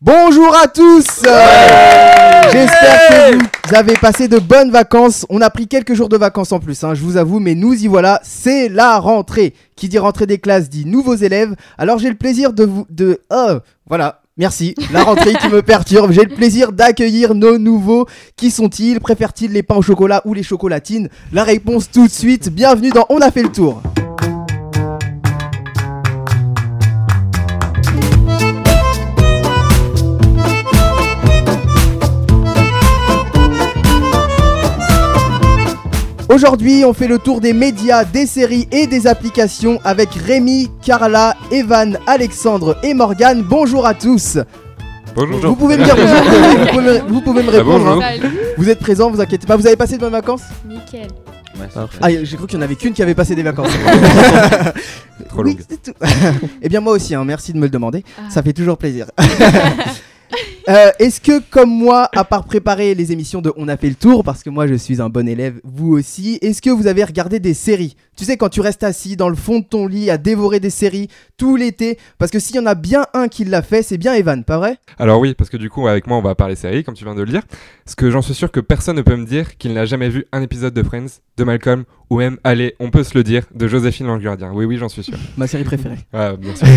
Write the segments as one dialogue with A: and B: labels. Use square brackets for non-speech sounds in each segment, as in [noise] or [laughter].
A: Bonjour à tous Euh, J'espère que vous avez passé de bonnes vacances. On a pris quelques jours de vacances en plus, hein, je vous avoue, mais nous y voilà, c'est la rentrée. Qui dit rentrée des classes dit nouveaux élèves. Alors j'ai le plaisir de vous... de... Oh, voilà, merci, la rentrée qui me perturbe. J'ai le plaisir d'accueillir nos nouveaux. Qui sont-ils Préfèrent-ils les pains au chocolat ou les chocolatines La réponse tout de suite. Bienvenue dans On a fait le tour. Aujourd'hui, on fait le tour des médias, des séries et des applications avec Rémi, Carla, Evan, Alexandre et Morgane. Bonjour à tous. Vous
B: Bonjour.
A: pouvez
B: [laughs]
A: me dire bonjour, vous pouvez- vous pouvez, me- vous pouvez me
B: Ah, bonjour.
A: répondre. hein. Vous êtes présents, vous inquiétez pas. Vous avez passé de bonnes vacances
C: Bah, Nickel.
A: Ah, j'ai cru qu'il n'y en avait qu'une qui avait passé des vacances.
B: Trop
A: Oui,
B: longue.
A: [laughs] c'est tout. [laughs] eh bien, moi aussi, hein, merci de me le demander.
C: Ah.
A: Ça fait toujours plaisir. [laughs] Euh, Est-ce que, comme moi, à part préparer les émissions de On a fait le tour, parce que moi je suis un bon élève, vous aussi, est-ce que vous avez regardé des séries Tu sais, quand tu restes assis dans le fond de ton lit à dévorer des séries tout l'été, parce que s'il y en a bien un qui l'a fait, c'est bien Evan, pas vrai
B: Alors oui, parce que du coup, avec moi, on va parler série, comme tu viens de le dire. Parce que j'en suis sûr que personne ne peut me dire qu'il n'a jamais vu un épisode de Friends, de Malcolm, ou même, allez, on peut se le dire, de Joséphine Langardien. Oui, oui, j'en
A: [laughs]
B: suis sûr.
A: Ma série préférée.
B: Ouais, bien sûr. [laughs]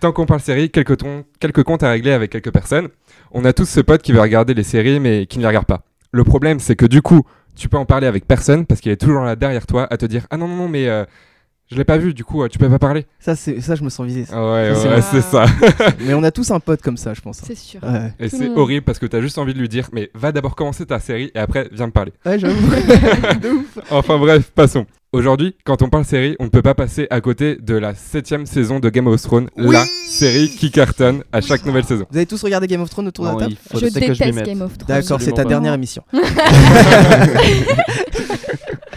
B: Tant qu'on parle série, quelques, tons- quelques comptes à régler avec quelques personnes. On a tous ce pote qui veut regarder les séries, mais qui ne les regarde pas. Le problème, c'est que du coup, tu peux en parler avec personne, parce qu'il est toujours là derrière toi à te dire Ah non, non, non, mais euh, je l'ai pas vu, du coup, euh, tu peux pas parler.
A: Ça, c'est- ça je me sens visé. [laughs] ça.
B: Ah ouais,
A: Ça, c'est
B: ouais,
C: moi.
B: c'est ça.
A: Mais on a tous un pote comme ça, je pense. hein.
C: C'est sûr.
A: Ouais,
B: Et
C: Tout
B: c'est
C: le monde.
B: horrible parce que t'as juste envie de lui dire, mais va d'abord commencer ta série et après viens me parler.
A: ouais j'avoue.
B: Enfin bref, passons. Aujourd'hui, quand on parle série, on ne peut pas passer à côté de la septième saison de Game of Thrones,
A: Oui
B: la série qui cartonne à chaque
A: [laughs]
B: nouvelle saison.
A: Vous avez tous regardé Game of Thrones autour de la table
C: Je déteste Game of Thrones.
A: D'accord, c'est ta
C: pas.
A: dernière émission.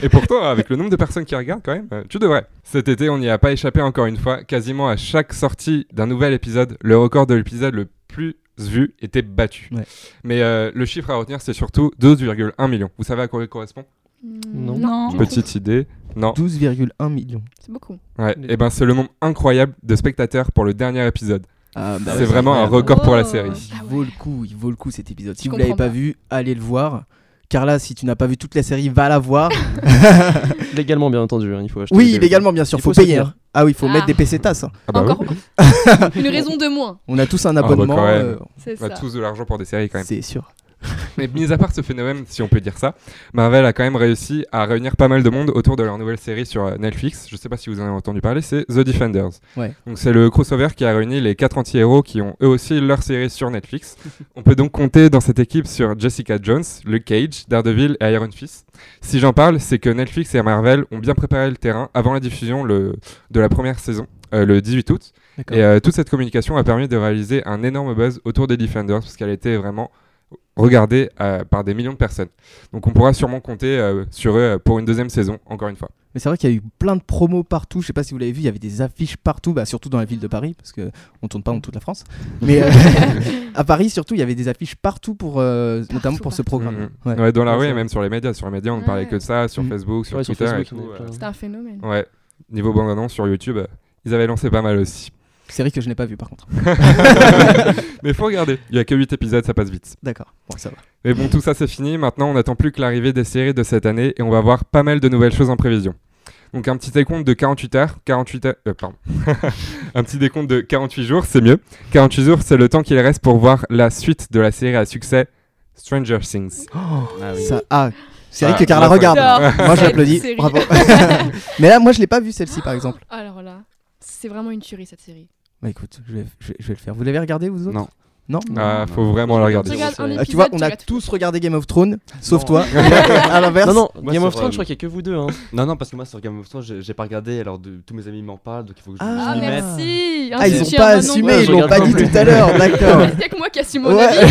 B: Et pourtant, avec le nombre de personnes qui regardent quand même, euh, tu devrais. Cet été, on n'y a pas échappé encore une fois. Quasiment à chaque sortie d'un nouvel épisode, le record de l'épisode le plus vu était battu.
A: Ouais.
B: Mais euh, le chiffre à retenir, c'est surtout 12,1 millions. Vous savez à quoi il correspond
C: Mm, Non.
B: Petite idée. Non.
A: 12,1 millions.
C: C'est beaucoup.
B: Ouais, et ben c'est le nombre incroyable de spectateurs pour le dernier épisode.
A: Ah, bah
B: c'est
A: ouais,
B: vraiment un
A: incroyable.
B: record pour la
C: Oh.
B: série.
A: Il
C: Ah ouais.
A: vaut le coup, il vaut le coup cet épisode. Si
C: Je
A: vous l'avez
C: comprends
A: pas
C: pas.
A: vu, allez le voir. Carla, si tu n'as pas vu toute la série, va la
B: [laughs]
A: voir.
D: Légalement, bien entendu, hein, il faut acheter.
A: oui,
D: les DVD.
A: légalement bien sûr,
D: Il
A: faut,
D: faut
A: payer.
D: soutenir.
A: hein. Ah oui, faut
C: Ah.
A: mettre des pesetas. hein. [laughs]
B: Ah bah
C: Encore
B: oui,
C: une raison de moins.
A: On a tous un
B: bah quand
A: abonnement,
B: même.
A: euh,
C: C'est
B: on a
C: ça.
B: tous de l'argent pour des séries quand même.
A: c'est sûr.
B: [laughs] Mais mis à part ce phénomène, si on peut dire ça, Marvel a quand même réussi à réunir pas mal de monde autour de leur nouvelle série sur euh, Netflix. Je sais pas si vous en avez entendu parler, c'est The Defenders.
A: Ouais.
B: Donc c'est le crossover qui a réuni les quatre anti-héros qui ont eux aussi leur série sur Netflix. on peut donc compter dans cette équipe sur Jessica Jones, Luke Cage, Daredevil et Iron Fist. Si j'en parle, c'est que Netflix et Marvel ont bien préparé le terrain avant la diffusion le- de la première saison, euh, le 18 août.
A: D'accord.
B: Et euh, toute cette communication a permis de réaliser un énorme buzz autour des Defenders parce qu'elle était vraiment regardée euh, par des millions de personnes. Donc on pourra sûrement compter euh, sur eux euh, pour une deuxième saison, encore une fois.
A: Mais c'est vrai qu'il y a eu plein de promos partout. Je sais pas si vous l'avez vu, il y avait des affiches partout, bah, surtout dans la ville de Paris, parce que on tourne pas dans toute la France. Mais euh,
B: [laughs]
A: [laughs] à Paris surtout, il y avait des affiches partout pour, euh, notamment pour ce
C: partout.
A: programme.
B: Mhm.
A: Ouais.
B: Ouais, dans la
D: Ouais,
B: rue
D: c'est
B: et
D: vrai.
B: même sur les médias. Sur les médias, on ne parlait
C: Ouais.
B: que de ça, sur
A: Mhm.
B: Facebook, sur
D: Ouais, sur
B: Twitter
D: Facebook,
B: et tout.
D: il y en a
C: C'est un phénomène.
B: euh, Ouais, niveau bande-annonce sur YouTube, euh, ils avaient lancé pas mal
D: [laughs]
B: aussi. [laughs]
A: Série que je n'ai pas vue par contre.
B: Mais faut regarder, il y a que 8 épisodes, ça passe vite.
A: D'accord. Bon, ça va.
B: Mais bon, tout ça c'est fini, maintenant on n'attend plus que l'arrivée des séries de cette année et on va voir pas mal de nouvelles choses en prévision. Donc un petit décompte de 48 heures, 48 heures, euh, pardon. [laughs] un petit décompte de 48 jours, c'est mieux. 48 jours, c'est le temps qu'il reste pour voir la suite de la série à succès Stranger Things.
A: Ça, ah, série
B: Ah,
A: que Carla
B: là, faut-
A: regarde.
C: J'adore
A: Moi
C: cette
A: j'applaudis.
C: série.
A: Bravo. [laughs] Mais là, moi je l'ai pas vue celle-ci par exemple.
C: Alors là, c'est vraiment une tuerie cette série.
A: Bah écoute, je vais, je vais- je vais le faire. Vous l'avez regardé vous autres
E: Non.
A: Non
C: Oh.
B: Ah,
E: Non,
B: faut
E: non.
B: vraiment la regarder.
C: Tu regardes Mm.
A: Ah,
C: un épisode.
A: Tu vois, on a
C: regardes tout.
A: tous regardé Game of Thrones, sauf
E: Non.
A: [laughs] toi. à l'inverse.
D: Non, non,
E: Moi,
D: Game
E: c'est
D: of Thrones,
E: vrai.
D: je crois qu'il y a que vous deux. Hein.
E: Non, non, parce que moi sur Game of Thrones, j'ai j'ai pas regardé, alors de- tous mes amis m'en parlent, donc il faut que je
A: Ah,
C: Ah
E: m'y mette.
C: merci.
A: Ah, ils
C: ont
A: ont pas assumé,
D: Ouais,
A: ils
D: je
A: l'ont
D: regarde
A: pas
D: pas
A: dit
D: plus.
A: tout à l'heure, d'accord.
C: [laughs] Il y a que moi qui assume mon avis.
A: Ouais.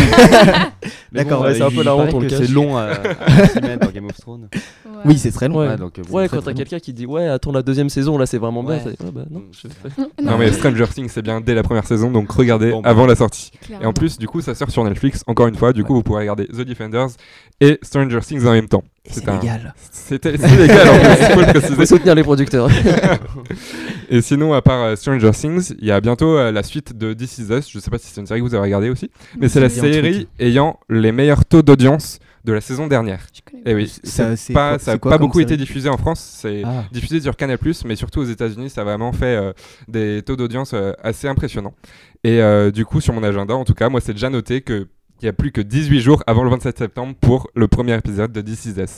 E: Mais
A: D'accord,
D: ouais, c'est un
E: il
D: peu la honte,
E: paraît
D: on le
E: que
D: cache. [laughs]
E: C'est long euh, à s'y mettre dans Game of Thrones.
C: Ouais.
A: Oui, c'est très long.
D: Ouais.
E: donc, euh, bon,
D: Ouais,
E: très,
D: quand
E: très
D: t'as
E: long.
D: quelqu'un qui dit ouais, attends la deuxième saison, là c'est vraiment bête.
E: Ouais.
D: Et, ouais, bah,
E: [laughs]
D: non, je-
B: Non mais Stranger Things c'est bien dès la première saison, donc regardez
E: Bon, bah.
B: avant la sortie. Et
C: clairement.
B: en plus, du coup, ça sort sur Netflix, encore une fois, du coup, vous pourrez regarder The Defenders et Stranger Things en même temps.
A: C'est
B: un-
A: légal.
B: C'était c'est légal,
D: [laughs]
B: en plus, il faut le
D: Faut
B: préciser.
D: soutenir les producteurs.
B: Et sinon, à part euh, Stranger Things, il y a bientôt euh, la suite de This Is Us. Je sais pas si c'est une série que vous avez regardée aussi, mais c'est la
A: Ça me dit un
B: série ayant les meilleurs taux d'audience de la saison dernière.
C: Je connais
B: Et oui,
A: Ça,
B: ça,
A: c'est
B: pas,
A: quoi-
B: ça
A: c'est
B: a
A: quoi
B: pas
A: comme
B: beaucoup été
A: série
B: diffusé en France. C'est
A: Ah.
B: diffusé sur Canal+, mais surtout aux États-Unis, ça a vraiment fait euh, des taux d'audience euh, assez impressionnants. Et euh, du coup, sur mon agenda, en tout cas, moi, c'est déjà noté que il y a plus que 18 jours avant le 27 septembre pour le premier épisode de This Is Us.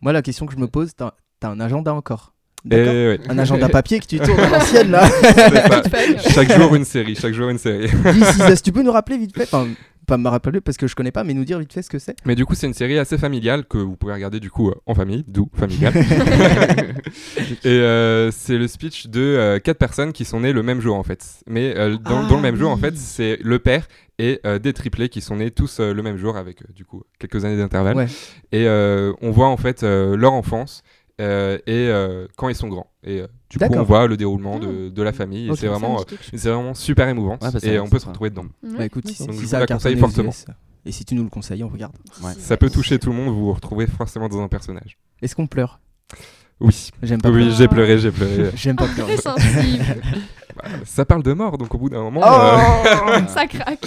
A: Moi, la question que je me pose, t'as t'as un agenda encore
B: Et
A: D'accord
B: ouais.
A: Un agenda papier que tu tournes
B: [laughs]
A: à l'ancienne là.
C: [laughs]
B: C'est pas-
A: [laughs]
C: pas. Fallait, ouais.
B: chaque jour une série, chaque jour une série.
A: This is Us, tu peux nous rappeler vite fait Enfin, pas me rappeler parce que je connais pas, mais nous dire vite fait ce que c'est
B: Mais du coup, c'est une série assez familiale que vous pouvez regarder du coup euh, en famille, d'où
A: [laughs]
B: familiale. [laughs] et euh, c'est le speech de euh, quatre personnes qui sont nées le même jour en fait. Mais euh, dans,
A: Ah,
B: dans le même jour en
A: oui.
B: fait, c'est le père et euh, des triplés qui sont nés tous euh, le même jour avec euh, du coup quelques années d'intervalle.
A: Ouais.
B: Et euh, on voit en fait euh, leur enfance euh, et euh, quand ils sont grands. Et euh, du coup,
A: D'accord. Ah.
B: on voit le déroulement de, de la famille. Et
A: Ok,
B: c'est
A: ça
B: vraiment, euh,
C: Ça me dit quelque chose.
B: c'est vraiment super émouvant
D: Ouais, bah, ça a
B: et
D: l'air
B: on peut se
D: sympa.
B: retrouver dedans.
C: Ouais,
A: Bah écoute,
C: mais
A: si,
C: c'est-
B: Donc,
A: si
B: je
A: ça a
B: vous la
A: cartonné
B: conseille
A: aux
B: fortement.
A: US, et si tu nous le conseilles, on regarde.
D: Ouais.
B: Ça peut toucher tout le monde, vous vous retrouvez forcément dans un personnage.
A: Est-ce qu'on pleure
B: Oui,
A: J'aime pas
B: Ah oui,
A: pleurer.
B: j'ai
A: [laughs]
B: pleuré, j'ai pleuré.
A: J'aime pas
C: [laughs]
A: pleurer.
B: [laughs]
C: Très sensible.
B: Bah, ça parle de mort, donc au bout d'un moment, euh,
A: Oh
C: ça craque.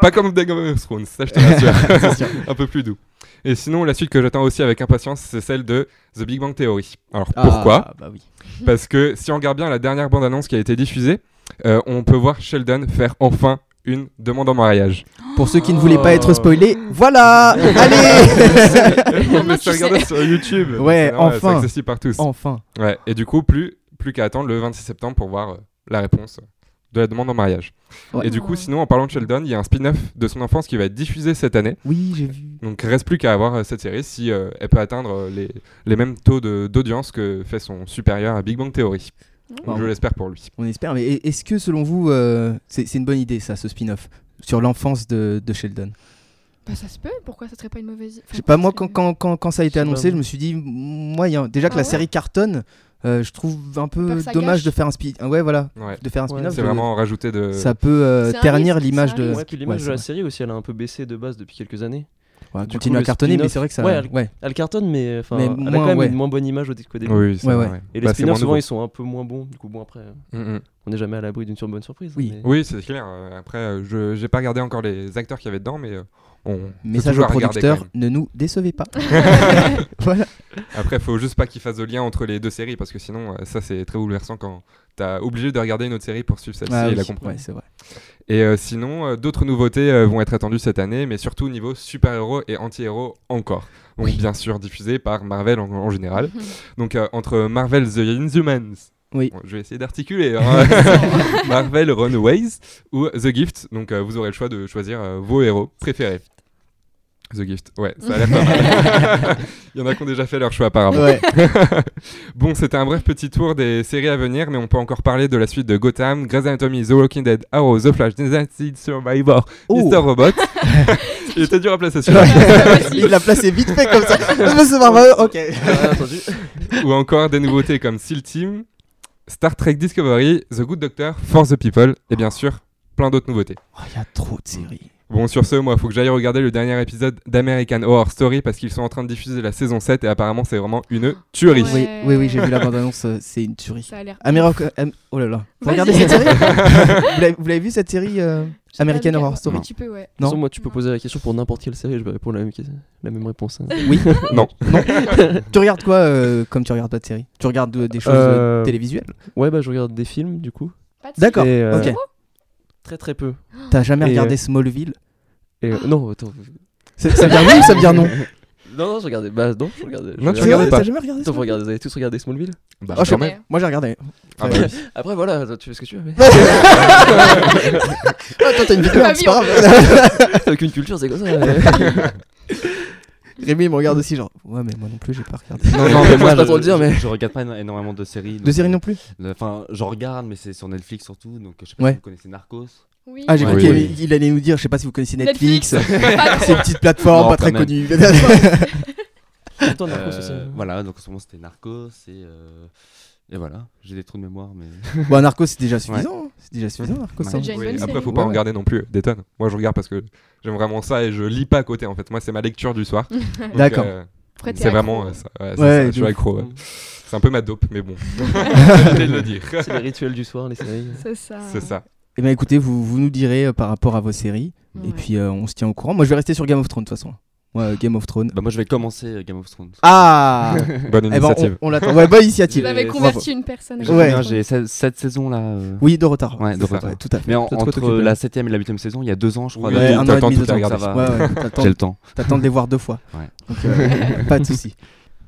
B: pas comme Game of Thrones, ça je te
A: [laughs]
B: rassure,
A: C'est sûr.
B: un peu plus doux. Et sinon, la suite que j'attends aussi avec impatience, c'est celle de The Big Bang Theory. Alors pourquoi
A: Ah, bah oui.
B: Parce que si on regarde bien la dernière bande-annonce qui a été diffusée, euh, on peut voir Sheldon faire enfin une demande en mariage.
A: Pour ceux qui ne voulaient pas
B: Oh.
A: être spoilés,
B: [laughs]
A: voilà [laughs] Allez
B: Mais [laughs]
C: Maintenant,
B: c'est
C: tu sais.
B: regardé sur YouTube.
A: Ouais,
B: C'est normal,
A: enfin.
B: C'est accessible par tous.
A: Enfin
B: Ouais, et du coup, plus, plus qu'à attendre le 26 septembre pour voir euh, la réponse euh, de la demande en mariage.
A: Ouais.
B: Et du coup, sinon, en parlant de Sheldon, il y a un spin-off de son enfance qui va être diffusé cette année.
A: Oui, j'ai vu.
B: Donc, reste plus qu'à avoir euh, cette série si euh, elle peut atteindre euh, les, les mêmes taux de- d'audience que fait son supérieur à Big Bang Theory.
A: Wow.
B: Je l'espère pour lui.
A: On espère, mais e- est-ce que selon vous, euh, c'est c'est une bonne idée ça, ce spin-off sur l'enfance de, de Sheldon
C: Bah, ça se peut, pourquoi ça serait pas une mauvaise idée
A: Je sais pas, moi quand, quand, quand, quand ça a
D: Je
A: été
D: sais
A: annoncé,
D: pas.
A: je me suis dit, moyen. Déjà que
C: Ah
A: la
C: ouais
A: série cartonne, euh, je trouve un
C: Peur
A: peu
C: que ça
A: dommage
C: gâche.
A: de faire un spin Ouais, voilà,
B: Ouais.
A: de faire un
D: Ouais,
A: spin-off.
B: C'est
A: je-
B: vraiment rajouter de.
A: Ça peut euh,
C: C'est un
A: termage
C: risque,
A: l'image
C: c'est un
A: de.
D: Ouais, puis l'image
A: Ouais,
D: de la
A: c'est
D: série aussi, elle a un peu baissé de base depuis quelques années.
A: vrai. Ouais,
D: Du
A: continue
D: coup,
A: à
D: le
A: cartonner, mais
D: spin-off-
A: c'est vrai que ça.
D: Ouais, elle-
A: ouais.
D: Elle cartonne, mais enfin,
A: Mais
D: elle a
A: moins,
D: quand même
A: ouais.
D: une moins bonne image au, dé- qu'au début.
B: Oui, c'est
A: Ouais,
B: vrai,
A: ouais.
B: ouais.
D: Et les
B: Bah, c'est
D: spin-offs,
B: moins
D: souvent,
B: nouveau.
D: ils sont un peu moins bons. Du coup, bon, après, euh,
B: Mm, mm.
D: on n'est jamais à l'abri d'une sur- bonne surprise. hein,
A: Oui.
D: mais-
B: Oui, c'est clair. Euh, Après, euh, je j'ai pas regardé encore les acteurs qu'il y avait dedans, mais euh, on.
A: Message
B: toujours
A: au
B: à regarder
A: producteur,
B: quand même.
A: ne nous décevez pas.
C: [laughs]
A: [laughs] voilà.
B: [laughs] Après, faut juste pas qu'il fasse de lien entre les deux séries parce que sinon, euh, ça c'est très bouleversant quand t'as obligé de regarder une autre série pour suivre celle-ci
A: Ah
B: et
A: oui,
B: la comprendre.
A: ouais, c'est vrai.
B: Et euh, sinon, euh, d'autres nouveautés euh, vont être attendues cette année, mais surtout au niveau super-héros et anti-héros encore. Donc, bien sûr, diffusé par Marvel en, en général. Donc, euh, entre Marvel The Inhumans.
A: Oui.
B: Bon, je vais essayer d'articuler. hein. [laughs] Marvel Runaways ou The Gift. Donc, euh, vous aurez le choix de choisir euh, vos héros préférés. The Gift, ouais, ça a l'air pas mal. [laughs] Il y en a qui ont déjà fait leur choix apparemment. [laughs]
A: Ouais.
B: bon, c'était un bref petit tour des séries à venir, mais on peut encore parler de la suite de Gotham, Grey's Anatomy, The Walking Dead, Arrow, The Flash, The United Survivor,
A: Oh. [laughs]
B: Mister
D: [laughs]
B: Robot. Il était dur à placer celui-là.
A: Il l'a placé vite fait
C: [laughs]
A: comme ça. Je me souviens, bah, ok.
D: Ah, attendu.
B: [laughs] Ou encore des nouveautés comme Seal Team, Star Trek Discovery, The Good Doctor, For the People, et bien sûr, plein d'autres nouveautés.
A: Oh, Il y a trop de séries.
B: Bon, sur ce, moi, faut que j'aille regarder le dernier épisode d'American Horror Story parce qu'ils sont en train de diffuser la saison 7 et apparemment, c'est vraiment une tuerie.
C: Ouais.
A: Oui, oui, oui, j'ai vu la
C: [laughs]
A: bande-annonce, euh, c'est une tuerie.
C: Ça a l'air.
A: America... Am- Oh là là. Vous
C: Vas-y.
A: regardez cette [laughs] série Vous l'avez- Vous l'avez vu cette série euh,
C: Je sais pas
A: American
C: lequel,
A: Horror
C: ouais.
A: Story.
C: Mais tu peux, ouais.
D: De toute façon,
A: Non.
D: moi, tu peux poser la question pour n'importe quelle série, je vais répondre la même, question- la même réponse. hein.
A: [laughs]
B: Non.
A: Tu regardes quoi euh, comme tu regardes pas de série Tu regardes euh, des choses euh,
D: Euh,
A: télévisuelles
D: Ouais, bah, je regarde des films, du coup.
C: Pas de série.
A: D'accord,
D: et, euh,
A: ok.
D: Très, très peu.
A: T'as jamais
D: et,
A: regardé
D: euh,
A: Smallville
D: Et, euh, non, attends.
A: C'est- Ça vient oui ou ça vient non
D: Non, non, je regardais. Bah, non, je regardais. je
B: Non, tu
A: C'est
D: regardais-
B: regardais
A: vrai,
B: pas.
A: T'as jamais regardé
D: Attends, vous,
A: Smallville
D: regardez, vous avez tous regardé Smallville Euh,
B: Bah,
A: Oh, je sais
B: quand
A: pas.
B: même.
A: Moi [laughs] j'ai regardé.
B: Ah bah oui.
D: Après, voilà, tu fais ce que tu [laughs] veux. mais-
A: Ah, toi t'as une vidéo,
C: Ma
A: c'est pas
C: vie,
A: grave. [laughs]
D: T'as aucune culture, c'est quoi ça [laughs]
A: Rémi il me regarde aussi genre ouais mais moi non plus j'ai pas regardé.
D: [laughs] Non, non, mais moi, [laughs] je
E: je-
D: pas trop le dire,
E: je-
D: mais.
E: Je regarde pas éno- énormément de séries. euh,
A: De séries non plus
E: Enfin, j'en regarde, mais c'est sur Netflix surtout. Donc, je sais pas
A: Ouais.
E: si vous connaissez Narcos.
C: Oui.
A: Ah j'ai
B: Ouais,
A: cru
B: oui,
A: qu'il
B: oui.
A: il allait nous dire je sais pas si vous connaissez Netflix.
C: Netflix.
A: [laughs]
C: Pas
A: C'est une petite plateforme
E: Non,
A: pas
E: quand
A: très
E: même.
A: connue. [laughs]
D: Attends, Oh,
E: Euh,
D: Narcos aussi.
E: voilà, donc en ce moment c'était Narcos et, euh, et voilà. J'ai des trous de mémoire, mais. [laughs]
A: Bon Narcos c'est déjà suffisant. hein. C'est déjà suffisant Narcos.
C: C'est
A: hein.
C: déjà une
B: Oui,
C: bonne
B: après,
C: série.
B: faut pas
A: Ouais,
B: en
A: ouais.
B: regarder non plus des tonnes.
C: [laughs]
B: Moi, je regarde parce que j'aime vraiment ça et je lis pas à côté. En fait, moi, c'est ma lecture du soir. Donc,
A: D'accord.
B: euh,
C: Fred, t'es
B: C'est
C: accro.
B: vraiment euh, ça. Ouais, c'est
A: Ouais,
B: ça,
A: de
B: je suis
A: ouf.
B: accro. ouais.
D: Mm.
B: C'est un peu ma dope,
C: [laughs]
B: mais bon. [laughs] Je vais le dire.
D: C'est les rituels du soir, les séries.
C: C'est ça.
B: C'est ça.
A: Eh bien, écoutez, vous, vous nous direz euh, par rapport à vos séries. Et
C: Ouais.
A: puis, euh, on se tient au courant. Moi, je vais rester sur Game of Thrones, de toute façon. Moi, euh, Game of Thrones.
E: Bah moi je vais commencer euh, Game of Thrones.
A: Ah
B: Bonne
A: Eh ben, on-
B: initiative.
A: on, l'attend. Ouais, bonne initiative.
C: Vous [laughs] avez
E: Bravo.
C: converti une personne.
E: J'ai
A: Ouais.
E: combien J'ai se- cette saison là. euh,
A: Oui, de retard.
E: Ouais, de
A: C'est ça,
E: retard.
A: ouais, tout à fait.
E: Mais en-
D: Peut-être que
E: entre
D: t'occupes,
E: la 7ème et la 8ème saison, il y a deux ans je crois.
B: Oui,
E: donc
A: Ouais, un an et
B: t'attends
A: demi,
B: tout
A: deux
E: ça
A: ans,
B: à regarder.
E: va.
A: Ouais, ouais, t'attends-
E: [laughs] J'ai le temps.
A: T'attends de les voir deux fois.
E: Ouais.
A: Donc, euh, pas de souci.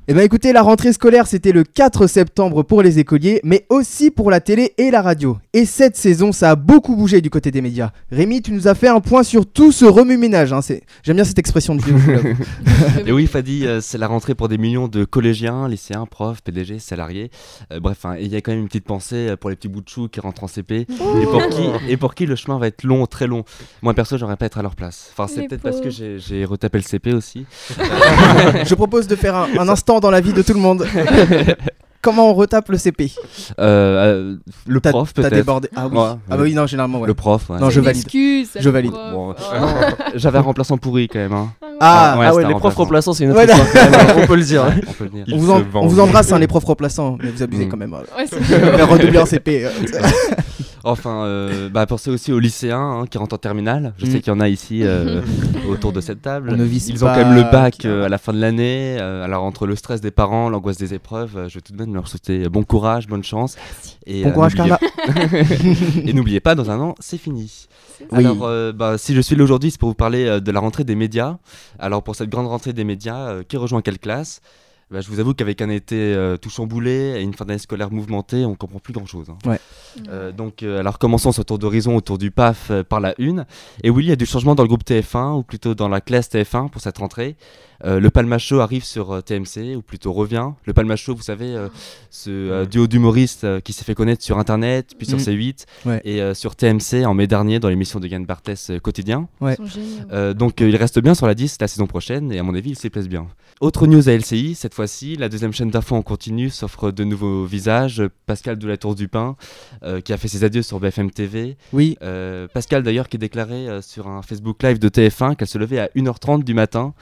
A: Eh bien écoutez, la rentrée scolaire c'était le 4 septembre pour les écoliers, mais aussi pour la télé et la radio. Et cette saison, ça a beaucoup bougé du côté des médias. Rémi, tu nous as fait un point sur tout ce remue-ménage. hein, c'est- J'aime bien cette expression de vieux. je l'avoue.
E: [laughs] Et oui, Fadi, euh, c'est la rentrée pour des millions de collégiens, lycéens, profs, PDG, salariés. Euh, bref, hein, et il y a quand même une petite pensée euh, pour les petits bouts de chou qui rentrent en CP et pour, qui, et pour qui le chemin va être long, très long. Moi, perso, j'aurais pas être à leur place. Enfin, c'est
C: Les
E: peut-être parce que
C: pauvres.
E: j'ai- j'ai retapé le CP aussi. [laughs]
A: je propose de faire un, un instant dans la vie de tout le monde. Comment on retape le CP
E: Euh, euh, le
A: T'as-
E: prof,
A: T'as
E: peut-être.
A: débordé. Ah oui.
E: Ouais,
A: ah bah oui, non, généralement, ouais.
E: Le prof, ouais.
A: Non, je
C: Une
A: valide.
C: excuse,
A: Je valide.
C: prof.
E: Bon, euh,
C: Oh.
E: [laughs] J'avais un remplaçant pourri quand même. hein.
A: Ah,
E: Ouais,
D: ah ouais,
E: c'était
D: les
E: un
D: profs
E: remplaçant.
D: remplaçants, c'est une autre
A: Voilà.
D: histoire. quand même, on peut le dire.
E: Ouais, [laughs] on peut le dire.
A: on
B: Il
A: vous,
B: se
A: en-
B: venge.
A: on vous embrasse, hein, les profs remplaçants, mais vous abusez
E: Mm.
A: quand
E: [laughs]
A: même. hein.
C: Ouais, c'est
A: Faire redoubler en CP. euh,
E: Enfin, euh, bah, pensez aussi aux lycéens hein, qui rentrent en terminale. Je
A: Mm.
E: sais qu'il y en a ici euh,
A: [laughs]
E: autour de cette table.
A: On ne vise
E: Ils ont
A: pas
E: quand même le bac
A: qui-
E: euh, à la fin de l'année. euh, alors, entre le stress des parents, l'angoisse des épreuves, euh, je vais tout de même leur souhaiter bon courage, bonne chance. Et,
A: Bon
E: euh,
A: courage,
E: n'oubliez-
A: Carla.
E: Et n'oubliez pas, dans un an, c'est fini.
A: Oui.
E: Alors, euh, bah, si je suis là aujourd'hui, c'est pour vous parler euh, de la rentrée des médias. Alors, pour cette grande rentrée des médias, euh, qui rejoint quelle classe Bah, Je vous avoue qu'avec un été euh, tout chamboulé et une fin d'année scolaire mouvementée, on comprend plus grand-chose. hein.
A: Mm.
E: Euh, donc, euh, alors commençons ce tour d'horizon autour du PAF euh, par la une. Et oui, il y a du changement dans le groupe TF1, ou plutôt dans la classe TF1 pour cette rentrée. Euh, le Palmacho arrive sur euh, TMC, ou plutôt revient. Le Palmacho, vous savez, euh, ce euh, duo d'humoristes euh, qui s'est fait connaître sur Internet, puis sur
A: Mm.
E: C8,
A: Ouais.
E: et euh, sur TMC en mai dernier dans l'émission de Yann Barthès euh, Quotidien.
A: Ouais.
C: Ils sont géniaux.
E: Euh, donc euh, il reste bien sur la 10 la saison prochaine et à mon avis il s'y plaise bien. Autre news à LCI, cette fois-ci, la deuxième chaîne d'infos en continu s'offre de nouveaux visages. Euh, Pascal de la Tour du Pin euh, qui a fait ses adieux sur BFM TV.
A: [laughs] [laughs] Oui,
E: Euh, Pascal d'ailleurs qui déclarait euh, sur un Facebook Live de TF1 qu'elle se levait à 1h30
A: [gasps]
E: du matin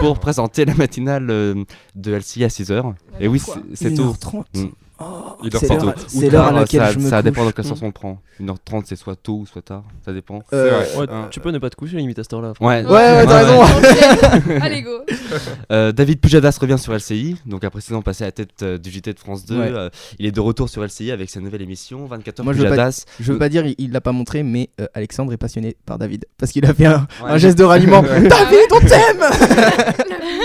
E: pour présenter la matinale euh, de LCI à 6h. Et oui,
C: Quoi
E: c'est- c'est tout.
A: 1h30.
E: Mm.
A: Oh,
B: Il dort
A: c'est
B: sans
A: l'heure-
B: doute.
A: C'est l'heure à laquelle
E: ça,
A: je me
E: ça
A: couche.
E: dépend de quelle façon on prend. 1h30 c'est soit tôt ou soit tard, ça dépend.
A: Euh,
B: vrai.
D: Ouais,
E: Euh,
D: tu peux ne pas te coucher limite à cette heure-là.
E: Ouais,
A: Ouais, ouais, t'as raison.
C: Allez, go.
E: Euh, David Pujadas revient sur LCI, donc après saison passée à la tête euh, du JT de France 2,
A: Ouais.
E: euh, il est de retour sur LCI avec sa nouvelle émission 24 heures
A: Moi, je veux pas
E: Pujadas.
A: Je veux pas dire, il- il l'a pas montré, mais euh, Alexandre est passionné par David. Parce qu'il a fait un,
E: [laughs] Ouais.
A: un geste de ralliement. David, on
E: [laughs]
A: t'aime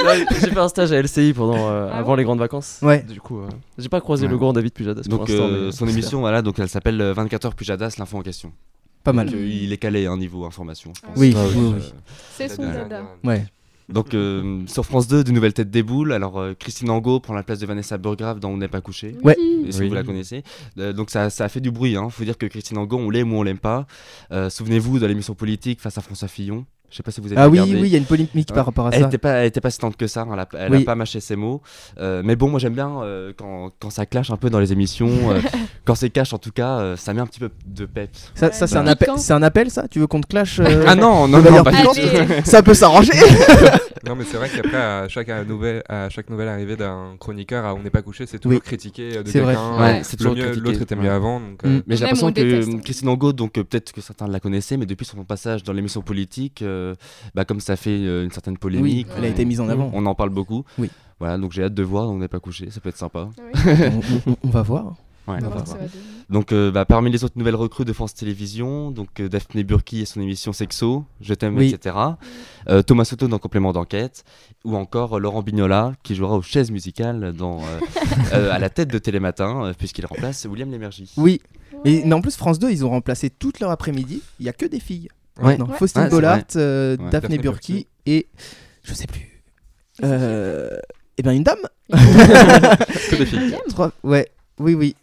D: Ouais, J'ai fait un stage à LCI pendant, euh,
C: Ah
D: avant
C: ouais
D: les grandes vacances.
A: Ouais.
D: Du coup, euh, j'ai pas croisé
E: Ouais.
D: le grand David Pujadas pour
E: Donc
D: l'instant.
E: euh,
D: mais-
E: son émission, voilà, donc elle s'appelle euh, 24 heures Pujadas, l'info en question.
A: Pas mal.
E: Donc, euh, il est calé hein, niveau information, je pense.
A: Ah Oui,
E: Euh,
A: oui, oui.
C: C'est son dada.
A: Ouais.
E: Donc euh, sur France 2, de nouvelles têtes déboulent. Alors euh, Christine Angot prend la place de Vanessa Burgrave dans On n'est pas couché.
A: Ouais.
C: Oui.
E: Et si
B: Oui.
E: vous la connaissez. Euh, donc ça, ça a fait du bruit. Hein. Faut dire que Christine Angot, on l'aime ou on l'aime pas. Euh, Souvenez-vous de l'émission politique face à François Fillon. Je sais pas si vous avez
A: Ah oui,
E: regardé.
A: oui, il y a une polémique par rapport à
E: Elle
A: Ah, ça.
E: était pas, elle était pas si tendre que ça. hein, Elle a, elle
A: Oui.
E: a pas mâché ses mots. Euh, mais bon, moi j'aime bien euh, quand, quand ça clash un peu dans les émissions,
A: [laughs]
E: euh, quand c'est cash en tout cas, euh, ça met un petit peu de peps.
A: Ça, ça, c'est
C: Ouais.
A: un, appel-
C: Piquant.
A: c'est un appel, ça Tu veux qu'on te clash euh,
E: Ah non, non,
A: de
E: non,
A: manière
E: pas du
A: piquante
E: tout.
C: Allez.
A: [laughs] Ça peut s'arranger
B: Non, mais c'est vrai qu'après, à chaque, euh, nouvelle, à chaque nouvelle arrivée d'un chroniqueur, à on n'est pas couché, c'est toujours
A: Oui.
B: critiqué euh, de
A: C'est vrai.
B: quelqu'un.
E: Ouais,
B: Le
E: c'est toujours
B: mieux-
E: critiqué.
B: L'autre était mieux
E: Ouais.
B: avant. Donc,
A: Mm.
B: euh,
E: [laughs] Mais j'ai
C: Même on
E: l'impression que
C: déteste.
E: euh, Christine Angot, donc euh, peut-être que certains la connaissaient, mais depuis son passage dans l'émission politique, euh, bah, comme ça fait euh, une certaine
A: Oui,
E: polémique,
A: elle a été mise en avant.
E: on en parle beaucoup.
A: Oui.
E: Voilà, donc j'ai hâte de voir, on n'est pas couché, ça peut être sympa.
A: on, on- on va voir.
E: Ouais.
C: On va
A: on va
C: voir ce que Oh, ça va donner.
E: Donc euh, bah, parmi les autres nouvelles recrues de France Télévisions, donc euh, Daphné Burki et son émission Sexo, Je t'aime,
A: Oui.
E: etc. Euh, Thomas Soto dans Complément d'enquête, ou encore euh, Laurent Bignola qui jouera aux chaises musicales
A: [laughs]
E: dans, euh, euh, à la tête de Télématin, euh, puisqu'il remplace William Lémergie.
A: Oui. Et, mais en plus, France 2, ils ont remplacé toute leur après-midi. Il y a que des filles.
E: Ouais.
A: Non,
C: Ouais.
A: Faustine
E: Ouais, c'est
A: Bollard, euh,
E: Ouais.
A: Daphné
B: Daphné
A: Burki
B: Burki.
A: et. Je sais plus. Euh, Eh bien, une dame
B: que des filles.
A: [laughs] Trois- Ouais, oui, oui.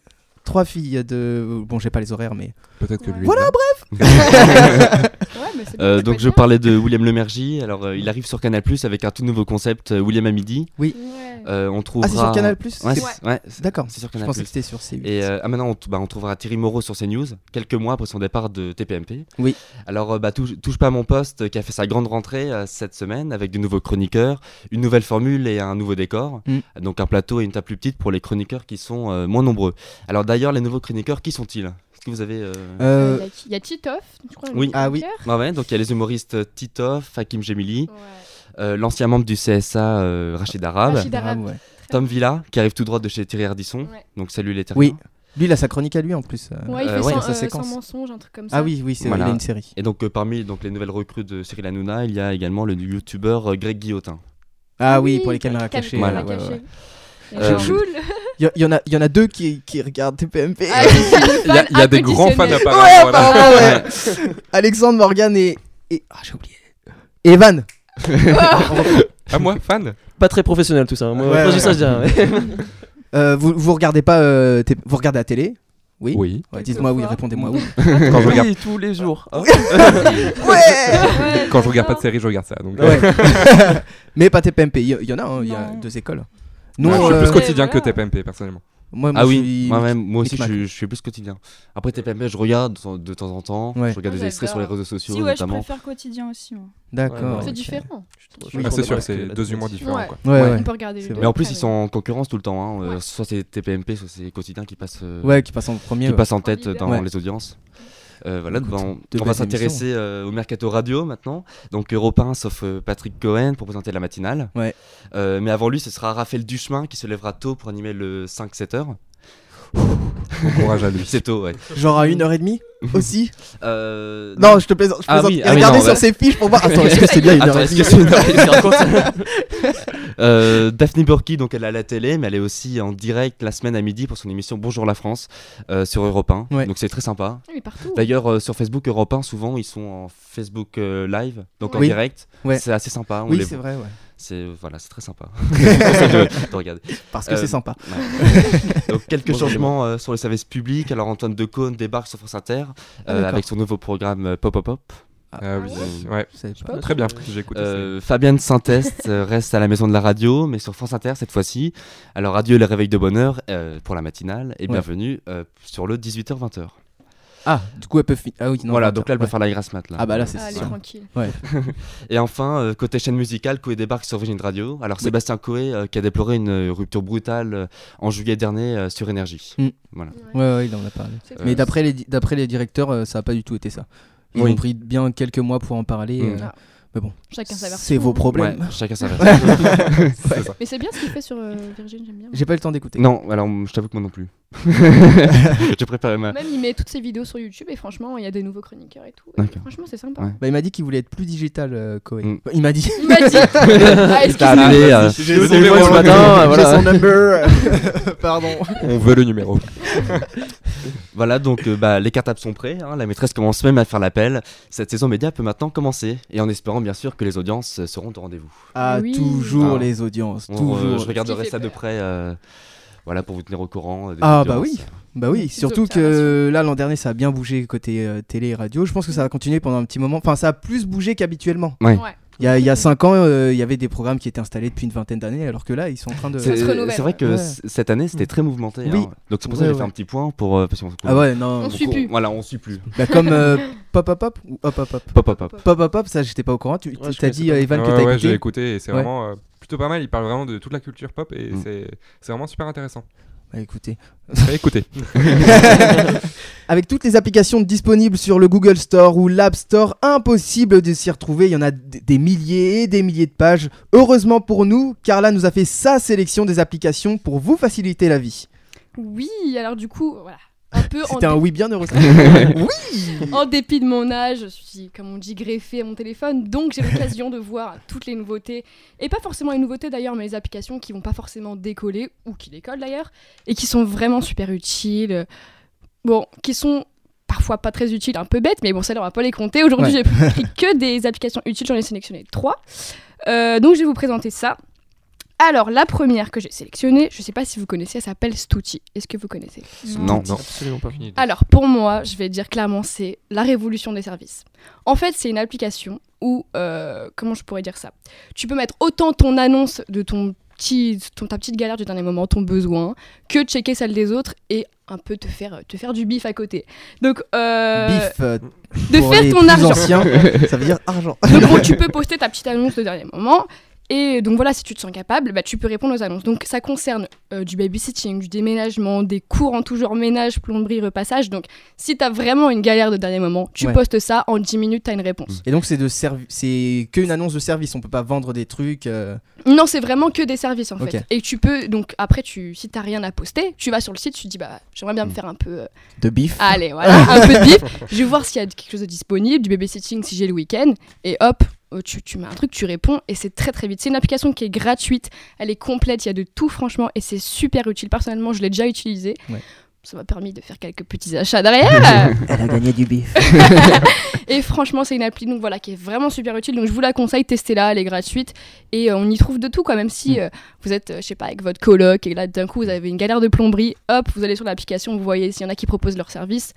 A: Trois filles de. Bon, j'ai pas les horaires, mais.
B: Peut-être que
C: Ouais.
B: lui.
A: Voilà,
C: Ouais, mais c'est bien,
A: [laughs]
E: Euh,
C: c'est
E: donc
C: pas
E: je
C: grave.
E: parlais de William Lemergy. Alors euh, il arrive sur Canal Plus avec un tout nouveau concept, euh, William à midi.
C: Ouais.
E: Euh, on trouvera.
A: Ah, c'est sur Canal Plus
E: Ouais, c'est- ouais, c'est-
A: D'accord.
E: c'est sur
A: Je
E: Canal
A: pensais que
E: Plus.
A: c'était sur C8.
E: Et euh, ah, maintenant, on, t- bah, on trouvera Thierry Moreau sur CNews, quelques mois après son départ de TPMP.
A: Oui.
E: Alors, euh, bah, touche, Touche pas à mon poste, euh, qui a fait sa grande rentrée euh, cette semaine, avec de nouveaux chroniqueurs, une nouvelle formule et un nouveau décor.
A: Mm.
E: Donc, un plateau et une table plus petite pour les chroniqueurs qui sont euh, moins nombreux. Alors, d'ailleurs, les nouveaux chroniqueurs, qui sont-ils Est-ce que vous avez. euh,
A: Euh,
C: Il y a- Il y a Titoff, je crois. le
E: Oui.
A: Ah oui.
C: chroniqueur.
E: Ah ouais, donc il y a les humoristes euh, Titoff, Hakim Gemili,
C: Ouais.
E: euh, l'ancien membre du CSA euh, Rachid Arab,
C: Rachid Arab.
A: ouais.
E: Tom Villa, qui arrive tout droit de chez Thierry Ardisson.
C: Ouais.
E: Donc, salut les Terriens.
A: Oui. Lui, il a sa chronique à lui en plus. euh.
C: Ouais, il
E: Euh,
C: fait
E: ouais,
C: sans,
A: sa
C: euh,
A: séquence.
C: sans mensonge, un truc comme ça.
A: Ah oui, oui, c'est
E: Voilà.
A: il a une série.
E: Et donc euh, parmi donc, les nouvelles recrues de Cyril Hanouna, il y a également le youtubeur euh, Greg Guillotin.
A: Ah oui, pour les caméras
C: cam-
A: cachées.
E: caméras
A: ouais, ouais, ouais.
E: Euh,
C: Cool.
A: Il y, a- il y en a, il y en a deux qui, qui regardent TPMP.
C: Ah, je suis une
B: Il y a,
C: fan
B: il y a des grands fans
C: inconditionnelle.
B: apparemment.
A: Ouais,
B: voilà.
A: apparemment,
B: [laughs]
A: ouais. Alexandre Morgan et. et- Ah, j'ai oublié. Evan.
B: Ah, moi, fan
D: Pas très professionnel tout ça. Moi,
A: Ouais,
D: quand je dis
A: ouais.
D: ça, je dis rien, ouais.
A: Euh, vous, vous regardez pas. euh, T- vous regardez la télé Oui.
B: Oui.
A: Ouais, Dites-moi oui,
C: Quelquefois.
A: répondez-moi oui.
B: Quand je regarde,
D: [laughs] Oui, tous les jours. Ah.
A: Ouais
C: Ouais,
B: quand je regarde pas de
C: d'accord.
B: série, je regarde ça. Donc, euh, [laughs]
A: Ouais. Mais pas TPMP. Il y, il y en a, hein, il y a
C: Non.
A: deux écoles. Non,
B: moi, Bah, je suis
A: euh,
B: plus quotidien
C: voilà.
B: que TPMP personnellement.
A: moi, moi,
E: ah
A: je
E: oui,
A: suis-
E: moi-même, moi aussi je,
A: Micmac.
E: suis- je suis plus quotidien. Après TPMP, je regarde de temps- de temps en temps,
A: Ouais.
E: je regarde
C: Ah,
E: des extraits sur les
C: j'adore.
E: réseaux sociaux
F: Si, ouais, je
E: notamment.
F: préfère quotidien aussi. moi.
A: D'accord.
D: Ouais,
C: C'est
A: ok.
C: différent.
A: Oui,
B: Ah, c'est sûr,
D: d'accord.
B: c'est deux humours différents.
C: Ouais.
B: Quoi.
A: Ouais,
E: Ouais.
A: ouais.
C: On peut regarder les
A: C'est
C: deux.
A: vrai.
E: Mais en plus
C: Ah,
E: ils
C: ouais.
E: sont en concurrence tout le temps, hein, euh,
C: Ouais.
E: soit c'est TPMP, soit c'est quotidien qui passe, euh,
A: Ouais, qui passe en premier.
E: qui
A: ouais.
E: passe en tête
C: Candidat.
E: dans
A: Ouais.
E: les audiences. Euh, voilà,
A: Écoute,
E: bah, on-
A: de
E: on, va
A: belles
E: s'intéresser euh, au mercato radio maintenant. Donc Europe 1 sauf euh, Patrick Cohen pour présenter la matinale.
A: Ouais.
E: Euh, mais avant lui, ce sera Raphaël Duchemin qui se lèvera tôt pour animer le 5-7 heures.
B: Bon courage à lui.
E: [laughs] C'est tôt, ouais.
A: Genre à une heure et [laughs] demie aussi
E: Euh,
A: Non, je te plaisante. Je
E: Ah
A: plaisante.
E: oui,
A: Et
E: ah oui,
A: regardez
E: non,
A: sur
E: ouais.
A: ses fiches pour voir. [laughs] Attends, est-ce que c'est bien une
E: Attends,
A: heure et
E: est-ce
A: demie
E: que c'est une heure et
A: [laughs]
E: demie, raconte Euh, Daphne Burki, donc elle est à la télé, mais elle est aussi en direct la semaine à midi pour son émission Bonjour la France euh, sur Europe 1.
A: Ouais.
E: Donc c'est très sympa.
C: Il est partout.
E: D'ailleurs, euh, sur Facebook Europe 1, souvent ils sont en Facebook euh, Live, donc en
A: Oui.
E: direct.
A: Ouais.
E: C'est assez sympa.
A: [laughs]
E: on
A: Oui, [laughs]
E: les
A: c'est
E: voit.
A: vrai, ouais.
E: C'est voilà, c'est très sympa. [laughs] de, de regarder.
A: Parce que
E: Euh,
A: c'est sympa.
E: Donc quelques
D: Bonjour,
E: changements euh, sur les services publics. Alors Antoine Decaune débarque sur France Inter
A: Ah,
E: euh,
A: d'accord.
E: avec son nouveau programme euh, Pop Pop Pop.
B: Ah oui,
E: Ouais.
B: ouais.
A: Je savais pas.
B: Très bien, j'ai écouté ça.
E: Euh, Fabienne Sintest euh, reste à la maison de la radio, mais sur France Inter cette fois-ci. Alors adieu le réveil de bonheur euh, pour la matinale et
A: Ouais.
E: bienvenue euh, sur le 18h-20h.
A: Ah, du coup, elle peut finir. Ah oui, non.
E: Voilà,
A: attends,
E: donc là elle peut
A: ouais.
E: faire la grasse mat là.
A: Ah bah là, c'est
C: Ah, elle est
A: sûr.
C: tranquille.
E: Et enfin, euh, côté chaîne musicale, Coé débarque sur Virgin Radio. Alors Sébastien Coé euh, qui a déploré une euh, rupture brutale euh, en juillet dernier euh, sur Énergie.
A: Mm.
E: Voilà.
A: Ouais, ouais, il en a parlé.
C: C'est
A: Mais
E: Euh,
A: d'après les, di- d'après les directeurs, euh, ça a pas du tout été ça. Ils
E: Oui.
A: ont pris bien quelques mois pour en parler.
E: Mm.
A: euh,
C: Ah.
A: mais bon,
C: Chacun sa version.
A: c'est vos
C: hein.
A: problèmes.
E: Ouais,
A: [laughs]
E: chacun sa version.
B: C'est ça.
C: Mais c'est bien ce qu'il fait sur euh, Virgin, j'aime bien.
A: J'ai pas eu le temps d'écouter.
E: Non, alors je t'avoue que moi
A: [laughs]
E: non plus. je préfère ma.
C: Même il met toutes ses vidéos sur YouTube et franchement, il y a des nouveaux chroniqueurs et tout.
E: D'accord.
C: Franchement, c'est sympa.
E: Ouais.
A: Bah, il m'a dit qu'il voulait être plus digital, euh, Koé.
E: Mm.
A: Il m'a dit. [laughs]
C: Il m'a dit. Ah,
E: T'as
C: excuse-moi.
E: annulé, euh,
B: J'ai
A: le
B: le
A: téléphone
B: numéro,
A: ce
B: je
A: matin,
B: veux-
D: euh,
A: J'ai
D: voilà.
A: son number. Pardon.
B: On veut le numéro.
E: Voilà, donc euh, bah, les cartables sont prêts, hein, la maîtresse commence même à faire l'appel. Cette saison média peut maintenant commencer, et en espérant bien sûr que les audiences euh, seront au rendez-vous.
A: Ah,
C: Oui.
A: toujours
E: Ah.
A: les audiences.
E: On,
A: Toujours.
E: euh, je
C: Ce
E: regarderai
C: qui fait
E: ça de
C: peur.
E: près, euh, voilà, pour vous tenir au courant. euh, des
A: Ah, bah
E: audiences.
A: Bah oui,
C: Petites
A: surtout que là l'an dernier ça a bien bougé côté euh, télé et radio. Je pense que ça va continuer pendant un petit moment. Enfin, ça a plus bougé qu'habituellement.
E: Ouais.
C: Ouais.
A: Il y a, il y a 5 ans, euh, il y avait des programmes qui étaient installés depuis une vingtaine d'années, alors que là ils sont en train de.
E: C'est
C: se renouvelle,
E: c'est vrai que
A: ouais.
E: c- cette année c'était très mouvementé.
A: Oui.
E: hein. Donc c'est pour ça
A: Ouais,
E: que j'ai fait
A: ouais.
E: un petit point pour. euh, parce qu'on-
A: Ah ouais, non.
C: [laughs] On suit plus.
E: Voilà, on suit plus.
A: Bah, comme euh, Pop Hop Hop ou Hop Hop Hop.
E: Pop, pop, pop.
A: Pop Hop Hop, ça j'étais pas au courant. Tu
D: Ouais, je
A: t'as
D: connaissais
A: dit
D: pas.
A: euh, Evan que
B: Ouais,
A: t'as
B: ouais, j'ai
A: écouté.
B: écouté et c'est
A: Ouais.
B: vraiment euh, plutôt pas mal. Il parle vraiment de toute la culture pop et
E: Mm.
B: c'est c'est vraiment super intéressant.
A: Bah, écoutez.
B: Bah, Écoutez,
A: Avec toutes les applications disponibles sur le Google Store ou l'App Store, impossible de s'y retrouver. Il y en a d- des milliers et des milliers de pages. Heureusement pour nous, Carla nous a fait sa sélection des applications pour vous faciliter la vie.
C: Oui, alors du coup, voilà. Un peu en, Oh,
A: C'était un oui bien heureux.
C: [laughs] dé- en dépit de mon âge, je suis, comme on dit, greffée à mon téléphone, donc j'ai l'occasion de voir toutes les nouveautés. Et pas forcément les nouveautés d'ailleurs, mais les applications qui vont pas forcément décoller, ou qui décollent d'ailleurs, et qui sont vraiment super utiles. Bon, qui sont parfois pas très utiles, un peu bêtes, mais bon, celles-là, on va pas les compter. Aujourd'hui, j'ai pris que des applications utiles, j'en ai sélectionné trois. Euh, donc je vais vous présenter ça. Alors, la première que j'ai sélectionnée, je sais pas si vous connaissez, elle s'appelle Stucci. Est-ce que vous connaissez
E: Non, non.
D: Absolument pas.
C: Alors, pour moi, je vais dire clairement, c'est la révolution des services. En fait, c'est une application où, euh, comment je pourrais dire ça Tu peux mettre autant ton annonce de ton petit, ton, ta petite galère du dernier moment, ton besoin, que checker celle des autres et un peu te faire, te faire du bif à côté. Donc, euh,
A: Bif, euh,
C: de
A: pour
C: faire
A: les
C: ton
A: plus
C: argent.
A: anciens, ça veut
C: [laughs]
A: dire argent.
C: Donc,
A: [laughs]
C: bon, tu peux poster ta petite annonce de dernier moment. Et donc voilà, si tu te sens capable, bah, tu peux répondre aux annonces. Donc ça concerne euh, du babysitting, du déménagement, des cours en tout genre ménage, plomberie, repassage. Donc si t'as vraiment une galère de dernier moment, tu
A: Ouais.
C: postes ça, en 10 minutes t'as une réponse.
A: Et donc c'est de servi- c'est qu'une annonce de service, on peut pas vendre des trucs. euh,
C: Non, c'est vraiment que des services en
A: Ok.
C: fait. Et tu peux, donc après, tu, si t'as rien à poster, tu vas sur le site, tu te dis, bah j'aimerais
A: Mm.
C: bien me faire un peu... euh,
A: de bif.
C: allez,
A: [laughs]
C: voilà, un peu de bif. Je vais voir s'il y a quelque chose de disponible, du babysitting si j'ai le week-end. Et hop, euh, tu, tu mets un truc, tu réponds et c'est très très vite. C'est une application qui est gratuite, elle est complète, il y a de tout franchement et c'est super utile. Personnellement, je l'ai déjà utilisée.
A: Ouais.
C: Ça m'a permis de faire quelques petits
A: [laughs]
C: achats derrière.
A: Elle a gagné du
C: [laughs]
A: bif.
C: et franchement, c'est une appli donc voilà qui est vraiment super utile. Donc je vous la conseille, testez-la, elle est gratuite et euh, on y trouve de tout quoi. Même
E: Mm.
C: si euh, vous êtes, euh, je sais pas, avec votre coloc et là d'un coup vous avez une galère de plomberie, hop, vous allez sur l'application, vous voyez s'il y en a qui proposent leur service.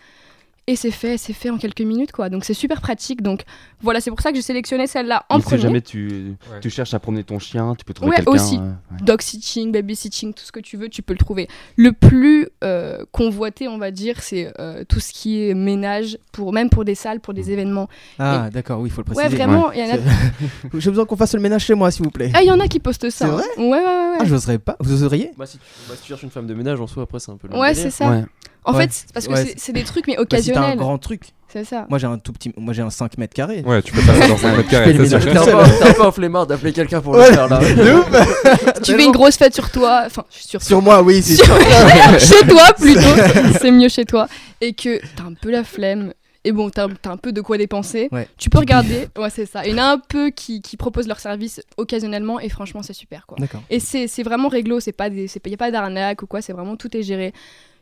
C: Et c'est fait, c'est fait en quelques minutes quoi. Donc c'est super pratique. Donc voilà, c'est pour ça que j'ai sélectionné celle-là en
E: Il sait
C: premier.
E: jamais, tu,
B: Ouais.
E: tu cherches à promener ton chien, tu peux trouver
C: Ouais,
E: quelqu'un.
C: aussi.
E: euh, ouais.
C: dog sitting, baby sitting, tout ce que tu veux, tu peux le trouver. Le plus euh, convoité, on va dire, c'est euh, tout ce qui est ménage, pour, même pour des salles, pour
E: Mm.
C: des événements.
A: Ah d'accord, oui, il faut le préciser.
C: ouais, vraiment, il y en a-
A: J'ai besoin qu'on fasse le ménage chez moi, s'il vous plaît.
C: Ah, il y en a qui postent
A: C'est
C: ça. hein.
A: vrai
C: ouais, ouais, ouais, ouais.
A: Ah, j'oserais pas. Vous oseriez
D: Bah, si tu, bah, si tu cherches une femme de ménage en soi, après, c'est un peu le
C: Ouais,
D: délire.
C: c'est ça.
E: Ouais.
C: En
A: Ouais.
C: fait, c'est parce que
A: Ouais,
C: c'est- c'est des trucs, mais
A: Bah, Si t'as un
C: occasionnels.
A: grand truc.
C: C'est ça.
A: Moi j'ai un tout petit, moi j'ai un 5 mètres carrés.
B: Ah. Ouais, tu peux passer dans 5
A: Je fais
B: mètres carrés,
A: le
B: c'est sûr.
A: ménage.
D: T'as pas, t'as pas un flemmard d'appeler quelqu'un pour le
A: Voilà.
D: faire là.
A: De ouf
C: tu fais une grosse fête sur toi, enfin, sur,
A: Sur moi, oui, [laughs] c'est
C: Sur-
A: sûr.
C: [laughs] chez
A: [laughs]
C: toi plutôt, c'est mieux chez toi, et que t'as un peu la flemme, et bon, t'as t'as un peu de quoi dépenser,
A: Ouais.
C: tu peux regarder, ouais, c'est ça. Il y en a un peu qui, qui proposent leurs services occasionnellement, et franchement, c'est super quoi.
A: D'accord.
C: Et c'est c'est vraiment réglo, c'est pas des, c'est- y a pas d'arnaque ou quoi, c'est vraiment tout est géré.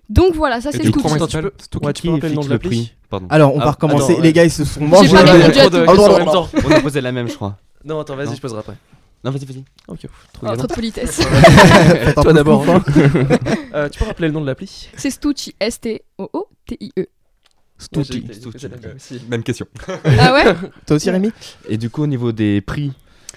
C: Donc voilà, ça
B: Et
C: c'est
B: du coup,
C: tout.
B: comment il
D: Attends, tu
B: s'appelle
D: peux-
B: Stucky
D: Ouais, tu peux rappeler le nom de
E: Fixe
D: l'appli
E: prix. Pardon.
A: Alors on va
D: Ah,
A: recommencer.
D: attends,
A: Les
D: ouais.
A: gars, ils se sont
C: J'ai pas
A: mangés.
C: répondu. à
D: Trop de
C: tout.
D: questions en même temps.
E: On a posé la même, je crois.
D: Non, attends, vas-y,
E: Non.
D: je poserai après.
E: Non, vas-y, vas-y.
D: Ok, trop
C: Oh,
D: galant.
C: trop de politesse.
A: Faites un
D: Toi
A: peu
D: d'abord.
A: fou, hein.
D: Euh, tu peux rappeler le nom de l'appli
C: c'est Stucci,
E: [laughs]
C: S-T-O-O-T-I-E.
A: Stucci.
D: Ouais, j'ai-
E: Stucci.
D: j'ai- j'ai- si.
B: Même question.
C: Ah ouais
A: Toi aussi, Rémi
E: Et du coup, au niveau des prix,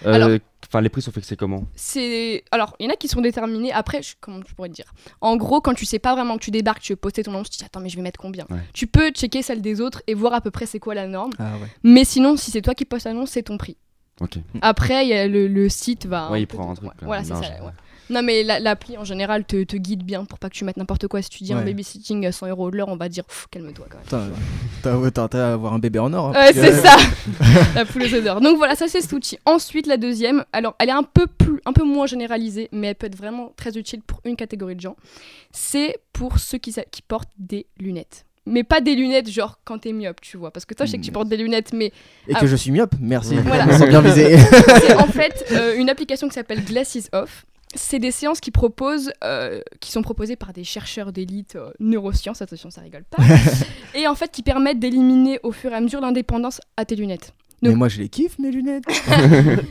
E: euh,
C: Alors-
E: enfin, les prix sont fixés comment
C: c'est alors il y en a qui sont déterminés après je- comment je pourrais te dire en gros quand tu sais pas vraiment que tu débarques tu veux poster ton annonce tu te dis attends mais je vais mettre combien
E: Ouais.
C: tu peux checker celle des autres et voir à peu près c'est quoi la norme
A: Ah ouais.
C: mais sinon si c'est toi qui postes l'annonce c'est ton prix
E: Ok.
C: après il y a le, le site va
E: Ouais,
C: un
E: il
C: peu te-
E: prend un truc,
C: ouais,
E: là,
C: voilà
E: une
C: c'est ça
E: marge.
C: ouais. non mais la- l'appli en général te, te guide bien pour pas que tu mettes n'importe quoi si tu dis un
A: Ouais.
C: babysitting à 100 euros de l'heure on va dire Pff, calme-toi quand même
A: Putain, euh, T'as ouais, t'as intérêt à avoir un bébé en or. hein, parce
C: Ouais,
A: que-
C: c'est ça, la poule aux odeurs. Donc voilà, ça c'est cet outil. Ensuite, la deuxième, alors elle est un peu, plus, un peu moins généralisée, mais elle peut être vraiment très utile pour une catégorie de gens. C'est pour ceux qui, sa- qui portent des lunettes. Mais pas des lunettes genre quand t'es myope, tu vois. Parce que toi, je sais que tu
A: Mm.
C: portes des lunettes, mais
A: Et
C: Ah.
A: que je suis myope, merci.
C: Voilà.
A: On s'est bien
C: [laughs]
A: visé.
C: c'est en fait euh, une application qui s'appelle Glasses Off. C'est des séances qui proposent, euh, qui sont proposées par des chercheurs d'élite euh, neurosciences, attention ça rigole pas, et en fait qui permettent d'éliminer au fur et à mesure l'indépendance à tes lunettes.
A: Mais moi, je les kiffe, mes lunettes.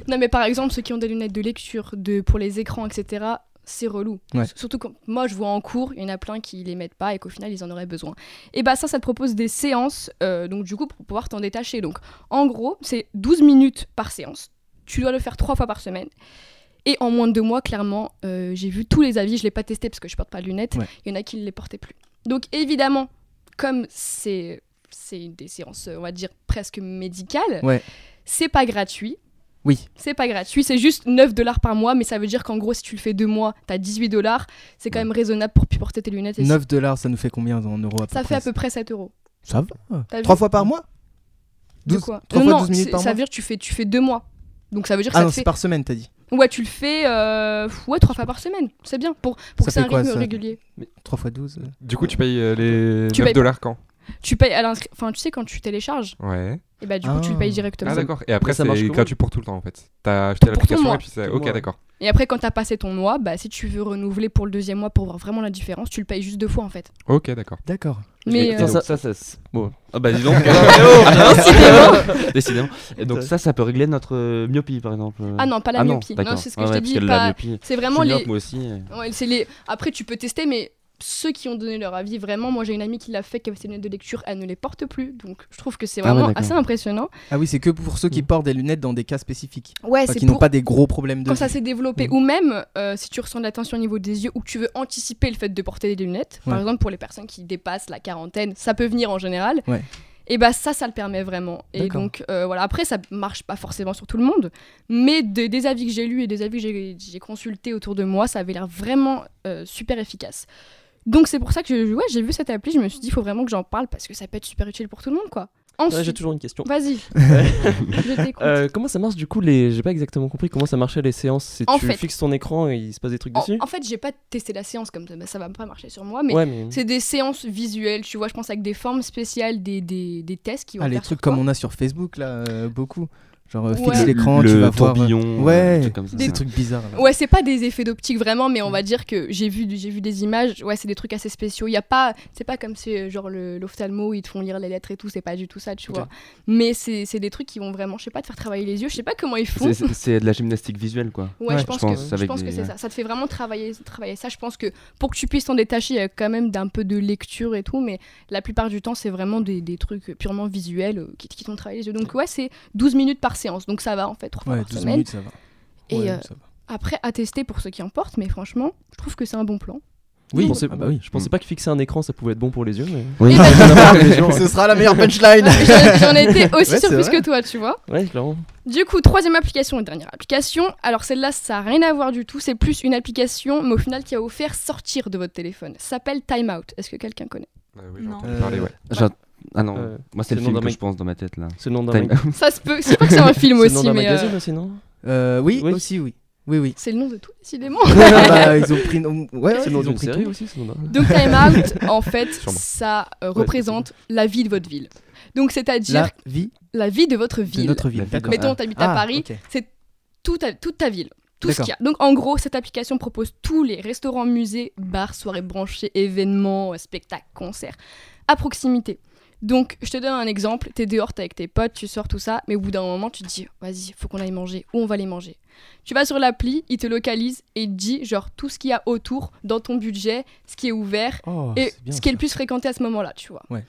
C: Non, mais par exemple, ceux qui ont des lunettes de lecture de, pour les écrans, etc., c'est relou.
A: Ouais.
C: S- Surtout quand moi, je vois en cours, il y en a plein qui les mettent pas et qu'au final, ils en auraient besoin. Et bah, ça, ça te propose des séances, euh, donc du coup, pour pouvoir t'en détacher. Donc, en gros, c'est 12 minutes par séance. Tu dois le faire trois fois par semaine. Et en moins de deux mois, clairement, euh, j'ai vu tous les avis. Je l'ai pas testé parce que je porte pas de lunettes.
A: Ouais.
C: Il y en a qui ne les portaient plus. Donc, évidemment, comme c'est c'est des séances, on va dire, presque médicales,
A: Ouais.
C: c'est pas gratuit.
A: Oui.
C: C'est pas gratuit, c'est juste 9 dollars par mois, mais ça veut dire qu'en gros, si tu le fais deux mois, t'as 18 dollars. C'est quand même raisonnable pour pu- porter tes lunettes. Et
A: 9 dollars, ça nous fait combien en euros à peu
C: ça fait
A: près
C: à peu près 7 euros.
A: Ça va.
C: T'as vu
A: 3 fois par mois
C: De
A: 12
C: quoi
A: 3
C: Non,
A: fois
C: non,
A: 12 minutes
C: c'est-
A: par
C: ça
A: mois
C: veut dire que tu fais, tu fais deux mois. Donc ça veut dire que
A: Ah
C: ça
A: non,
C: te
A: c'est
C: fait.
A: par semaine, t'as dit.
C: Ouais, tu le fais euh, ouais, trois fois par semaine. C'est bien pour,
A: Ça
C: pour que c'est
A: fait
C: un
A: quoi,
C: rythme
A: ça
C: régulier.
A: 3 fois 12 euh.
B: Du coup, tu payes euh, les
C: Tu
B: 9
C: payes-
B: dollars quand
C: Tu payes à l'inscri- Enfin, tu sais, quand tu télécharges,
B: Ouais.
C: et bah du coup, tu le
A: Ah.
C: payes directement.
B: Ah d'accord. Et après
D: ça marche
B: c'est
D: comment
B: gratuit pour tout le temps en fait. T'as acheté
C: Pour tout le
B: l'application
C: mois.
B: et puis c'est
D: Tout le
B: ok
D: mois.
B: d'accord.
C: et après, quand t'as passé ton mois, bah si tu veux renouveler pour le deuxième mois pour voir vraiment la différence, tu le payes juste deux fois en fait.
B: Ok d'accord.
A: D'accord.
C: Mais
D: Putain,
C: euh, Oh,
D: ça-
E: ça, ça, c'est-
D: Bon.
E: Ah bah dis donc. [laughs] Décidément. Décidément. Et donc
D: Putain.
E: ça, ça peut régler notre euh, myopie par exemple.
C: ah non, pas la myopie. Non,
E: d'accord.
C: c'est ce que
E: Ah
C: je t'ai
E: ouais, parce
C: dit.
E: que
C: pas-
E: La myopie.
C: C'est
E: Je
C: vraiment
E: suis
C: les.
E: myope, moi aussi. euh.
C: Ouais, c'est les. Après, tu peux tester, mais ceux qui ont donné leur avis, vraiment, moi j'ai une amie qui l'a fait, qui avait ses lunettes de lecture, elle ne les porte plus. Donc je trouve que c'est
E: Ah ouais,
C: vraiment
E: d'accord.
C: assez impressionnant.
A: Ah oui, c'est que pour ceux qui portent des lunettes dans des cas spécifiques.
C: Ouais,
A: Enfin,
C: Mm. c'est
A: qui
C: pour
A: n'ont pas des gros problèmes de. Mm.
C: quand ça s'est développé, ou même euh, si tu ressens de la tension au niveau des yeux ou que tu veux anticiper le fait de porter des lunettes, par
A: Ouais.
C: exemple pour les personnes qui dépassent la quarantaine, ça peut venir en général.
A: Ouais.
C: Et bah ça, ça le permet vraiment. Et
A: D'accord.
C: donc euh, voilà, après ça marche pas forcément sur tout le monde, mais de- des avis que j'ai lus et des avis que j'ai- j'ai consultés autour de moi, ça avait l'air vraiment euh, super efficace. Donc c'est pour ça que je- ouais, j'ai vu cette appli, je me suis dit il faut vraiment que j'en parle parce que ça peut être super utile pour tout le monde quoi.
D: Ouais, J'ai
C: Ensuite,
D: toujours une question.
C: vas-y, je t'écoute.
D: Euh, comment ça marche du coup les J'ai pas exactement compris comment ça marchait les séances. Si
C: En
D: tu
C: fait-
D: fixes ton écran et il se passe des trucs
C: En,
D: dessus.
C: en fait, j'ai pas testé la séance comme ça, bah, ça va pas marcher sur moi, mais
D: ouais, mais
C: C'est des séances visuelles, tu vois, je pense avec des formes spéciales, des, des, des tests qui vont
A: Ah, les
C: faire
A: trucs
C: sur toi.
A: comme on a sur Facebook là, euh, beaucoup. Genre euh,
C: Ouais.
A: fixe l'écran, tu
E: le
A: vas voir. euh,
E: tourbillon. euh,
A: Ouais.
E: des trucs comme ça.
A: Des trucs bizarres. là.
C: Ouais, c'est pas des effets d'optique vraiment, mais
A: Mm.
C: on va dire que j'ai vu, j'ai vu des images, ouais, c'est des trucs assez spéciaux. Il y a pas, c'est pas comme c'est euh, genre le- l'ophtalmo, ils te font lire les lettres et tout, c'est pas du tout ça, tu
D: Ok.
C: vois. Mais c'est c'est des trucs qui vont vraiment, je sais pas, te faire travailler les yeux, je sais pas comment ils font.
E: C'est- c'est- C'est de la gymnastique visuelle quoi.
C: Ouais,
A: Ouais,
C: je pense,
E: je pense,
C: que, je
E: avec
C: pense que
E: des-
C: c'est
E: ouais.
C: ça. Ça te fait vraiment travailler, travailler ça. Je pense que pour que tu puisses t'en détacher, il y a quand même d'un peu de lecture et tout, mais la plupart du temps, c'est vraiment des, des trucs purement visuels euh, qui, qui t'ont travaillé les yeux. Donc, ouais, c'est 12 minutes par séance. Donc, ça va en fait, trois fois
A: Ouais,
C: par
A: 12
C: semaine.
A: minutes, ça va.
C: Et
A: Ouais,
C: euh,
A: ça va. [laughs]
C: après, à tester pour ceux qui en portent, mais franchement, je trouve que c'est un bon plan.
D: Oui,
A: Oui.
D: je pensais,
A: Ah bah oui.
D: je pensais pas que fixer un écran ça pouvait être bon pour les yeux. Mais...
E: Oui.
C: Et bah,
D: Ça n'a pas
A: [laughs]
D: pour les yeux, ouais.
A: Ce sera la meilleure punchline.
C: Ah, J'en j'en ai été aussi
A: Ouais, c'est
C: surprise
A: vrai.
C: que toi, tu vois.
D: Ouais, clairement.
C: Du coup, troisième application et dernière application. Alors celle-là, ça n'a rien à voir du tout. C'est plus une application, mais au final, qui a offert sortir de votre téléphone. Ça s'appelle Timeout. Est-ce que quelqu'un connaît
B: Euh, oui,
F: Non.
B: j'entends parler, ouais.
E: J'en- Ah non.
D: Euh,
E: Moi c'est
D: c'est
E: le
D: le
E: film
D: nom
E: que
D: d'un
E: je
D: mec.
E: pense dans ma tête là.
D: C'est le nom d'un
E: Time-
D: mag-
C: Ça se peut. C'est pas que c'est un film
D: c'est le nom
C: aussi,
D: d'un
C: mais euh,
D: magazine aussi, non
A: [laughs] Euh, oui,
D: Oui.
A: aussi, oui. Oui, oui.
C: [laughs] c'est le nom de tout, décidément. [laughs]
A: Bah, ils ont pris. Ouais, ouais,
D: C'est le nom
A: ils ont
D: d'une
A: pris
D: série
A: tout.
D: aussi. c'est le nom d'un-
C: Donc Time Out, en fait,
B: Sûrement.
C: ça euh, représente la vie de votre ville. Donc c'est-à-dire
A: La vie
C: la... vie de votre
A: de
C: ville.
A: notre
E: La
A: ville.
E: vie
A: D'accord.
C: Mettons, t'habites à
A: Ah,
C: Paris,
A: ok.
C: c'est tout ta- toute ta ville. Tout ce
A: D'accord.
C: qu'il y a. Donc en gros, cette application propose tous les restaurants, musées, bars, soirées branchées, événements, euh, spectacles, concerts à proximité. Donc je te donne un exemple, t'es dehors, t'es avec tes potes, tu sors tout ça, mais au bout d'un moment tu te dis, vas-y, faut qu'on aille manger, où on va aller manger Tu vas sur l'appli, il te localise et il te dit genre tout ce qu'il y a autour dans ton budget, ce qui est ouvert,
A: Oh,
C: et
A: c'est bien,
C: ce qui est
A: ça.
C: le plus fréquenté à ce moment-là, tu vois.
A: Ouais.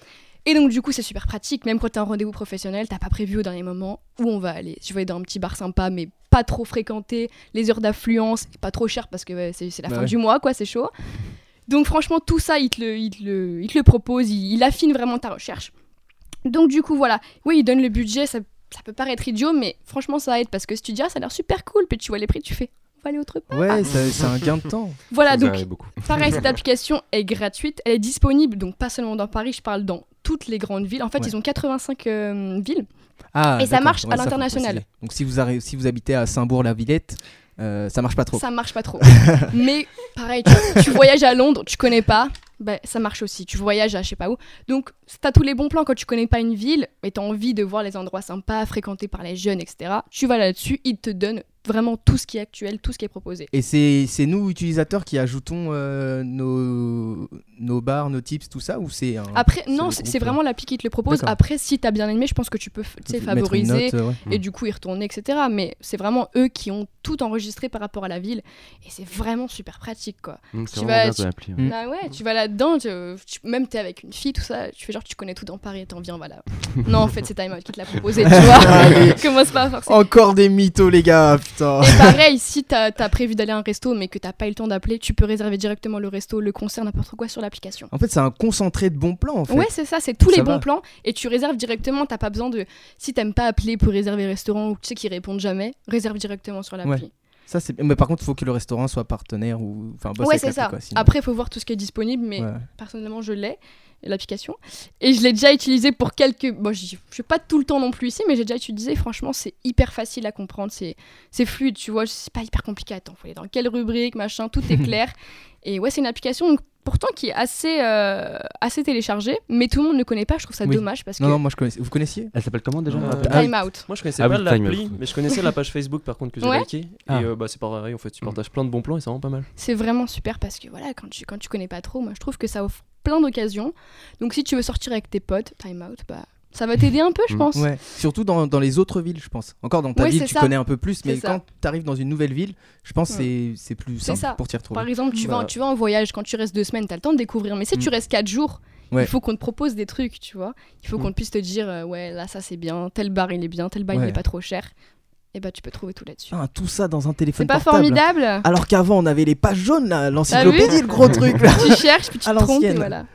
C: Et donc, du coup, c'est super pratique. Même quand t'as un rendez-vous professionnel, t'as pas prévu au dernier moment où on va aller. Tu vas aller dans un petit bar sympa, mais pas trop fréquenté, les heures d'affluence, pas trop cher parce que ouais, c'est c'est la
A: Bah
C: fin
A: ouais.
C: du mois, quoi, c'est chaud. Donc, franchement, tout ça, il te le, il te le, il te le propose, il, il affine vraiment ta recherche. Donc, du coup, voilà. Oui, il donne le budget, ça, ça peut paraître idiot, mais franchement, ça aide parce que si tu dis, ah, ça a l'air super cool, puis tu vois les prix, tu fais, on va aller autre part.
A: Ouais, ça- c'est un gain de temps.
C: Voilà,
B: Ça
C: donc
B: arrive beaucoup.
C: Pareil, cette application est gratuite, elle est disponible donc pas seulement dans Paris, je parle dans toutes les grandes villes. En fait,
A: Ouais.
C: ils ont 85 euh, villes.
A: Ah,
C: Et ça
A: d'accord,
C: marche à
A: ouais, faut
C: l'international.
A: préciser. Donc si vous, arri- si vous habitez à Saint-Bourg-la-Villette, euh, ça marche pas trop.
C: Ça marche
A: [laughs]
C: pas trop. Mais pareil, tu, tu voyages à Londres, tu connais pas, bah, ça marche aussi. Tu voyages à je sais pas où. Donc, t'as tous les bons plans quand tu connais pas une ville et t'as envie de voir les endroits sympas, fréquentés par les jeunes, etc. Tu vas là-dessus, ils te donnent vraiment tout ce qui est actuel, tout ce qui est proposé.
A: Et c'est c'est nous, utilisateurs, qui ajoutons euh, nos, nos bars, nos tips, tout ça Ou c'est un-
C: Après,
A: c'est
C: non,
A: le
C: c'est
A: groupe,
C: c'est
A: euh,
C: vraiment l'appli qui te le propose.
A: D'accord.
C: Après, si t'as bien aimé, je pense que tu peux f- tu sais,
A: mettre une
C: favoriser.
A: note, euh, ouais.
C: et
B: Mm.
C: du coup y retourner, etc. Mais c'est vraiment eux qui ont tout enregistré par rapport à la ville et c'est vraiment super pratique quoi.
E: Mmh,
C: Tu
E: C'est vraiment
C: vas-
E: bien
C: tu-
E: ton appli, ouais.
A: Mm.
C: Bah ouais, tu vas là-dedans, tu, tu- même t'es avec une fille, tout ça, tu fais genre tu connais tout dans Paris et t'en
A: [laughs]
C: viens, voilà. non, en fait c'est Time Out qui te l'a proposé, tu
A: Ah
C: vois. [laughs] Commence pas à forcer.
A: Encore des mythos, les gars, putain.
C: Et pareil, si t'as as prévu d'aller à un resto mais que t'as pas eu le temps d'appeler, tu peux réserver directement le resto, le concert, n'importe quoi sur l'application.
A: [laughs] En fait, c'est un concentré de bons plans, en fait.
C: Ouais, c'est ça, c'est tous
A: Ça
C: les
A: va.
C: bons plans et tu réserves directement, t'as pas besoin de. Si t'aimes pas appeler pour réserver restaurant ou que tu sais qu'ils répondent jamais, réserve directement sur l'appli.
A: Ouais. Ça, c'est... Mais par contre, il faut que le restaurant soit partenaire ou... Enfin, bosse
C: ouais,
A: avec
C: c'est
A: l'appli,
C: ça.
A: quoi, sinon-
C: Après, il faut voir tout ce qui est disponible, mais
A: Ouais.
C: personnellement, je l'ai, l'application. Et je l'ai déjà utilisée pour quelques. Bon, je je suis pas tout le temps non plus ici, mais j'ai déjà utilisé. Franchement, c'est hyper facile à comprendre. C'est
A: [laughs]
C: c'est fluide, tu vois. C'est pas hyper compliqué. Attends, faut aller dans quelle rubrique, machin, tout est clair. Et ouais, c'est une application. donc, pourtant qui est assez, euh, assez téléchargé, mais tout le monde ne connaît pas. Je trouve ça
A: Oui.
C: dommage parce que
A: Non, non, moi je connaissais. Vous connaissiez
E: Elle s'appelle comment déjà
D: Euh,
E: on l'appelle
A: Ah oui.
C: Time Out.
D: Moi, je connaissais
E: Ah
D: pas
E: oui,
D: l'appli,
E: Time Out.
D: mais je connaissais la page Facebook par contre que j'ai
C: Ouais.
D: likée.
A: Ah.
D: Et euh, bah, c'est pareil, en fait, tu partages plein de bons plans et c'est vraiment pas mal.
C: C'est vraiment super parce que voilà, quand tu, quand tu connais pas trop, moi je trouve que ça offre plein d'occasions. Donc si tu veux sortir avec tes potes, Time Out, bah, ça va t'aider un peu, je
E: Mm.
C: pense.
A: Ouais. Surtout dans, dans les autres villes, je pense. Encore dans ta
C: Ouais,
A: ville,
C: c'est
A: tu
C: ça.
A: connais un peu plus, mais
C: C'est
A: quand tu arrives dans une nouvelle ville, je pense que c'est- c'est plus
C: C'est
A: simple
C: ça.
A: pour t'y
C: Par
A: retrouver.
C: exemple, tu, vas,
D: Bah.
C: tu vas en voyage, quand tu restes deux semaines, t'as le temps de découvrir. Mais si tu
A: Mm.
C: restes quatre jours,
A: Ouais. Mm.
C: il faut qu'on te propose des trucs, tu vois. Il faut qu'on puisse te dire, euh, ouais, là ça c'est bien, tel bar il est bien, tel bar il
A: Ouais.
C: n'est pas trop cher. Et bah tu peux trouver tout là-dessus.
A: Ah, tout ça dans un téléphone
C: c'est pas
A: portable. [laughs]
C: formidable
A: Alors qu'avant, on avait les pages jaunes, là,
C: Ah
A: l'encyclopédie, le gros truc. Là.
C: Tu cherches, puis tu
A: À
C: te trompes, et
A: l'ancienne.
C: voilà.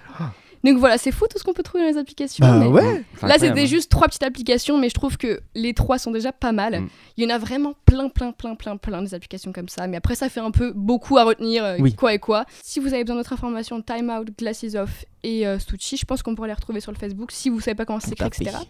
C: Donc voilà, c'est fou tout ce qu'on peut trouver dans les applications. mais-
A: Ah. bah ouais.
C: Là,
E: hein.
C: c'était juste trois petites applications, mais je trouve que les trois sont déjà pas mal.
E: Mm.
C: Il y en a vraiment plein, plein, plein, plein, plein des applications comme ça. Mais après, ça fait un peu beaucoup à retenir, euh,
A: Oui.
C: quoi et quoi. Si vous avez besoin d'autres informations, Time Out, Glasses Off et euh, Stucci, je pense qu'on pourrait les retrouver sur le Facebook si vous savez pas comment c'est
A: Tout à
C: écrit, etc.
A: fait.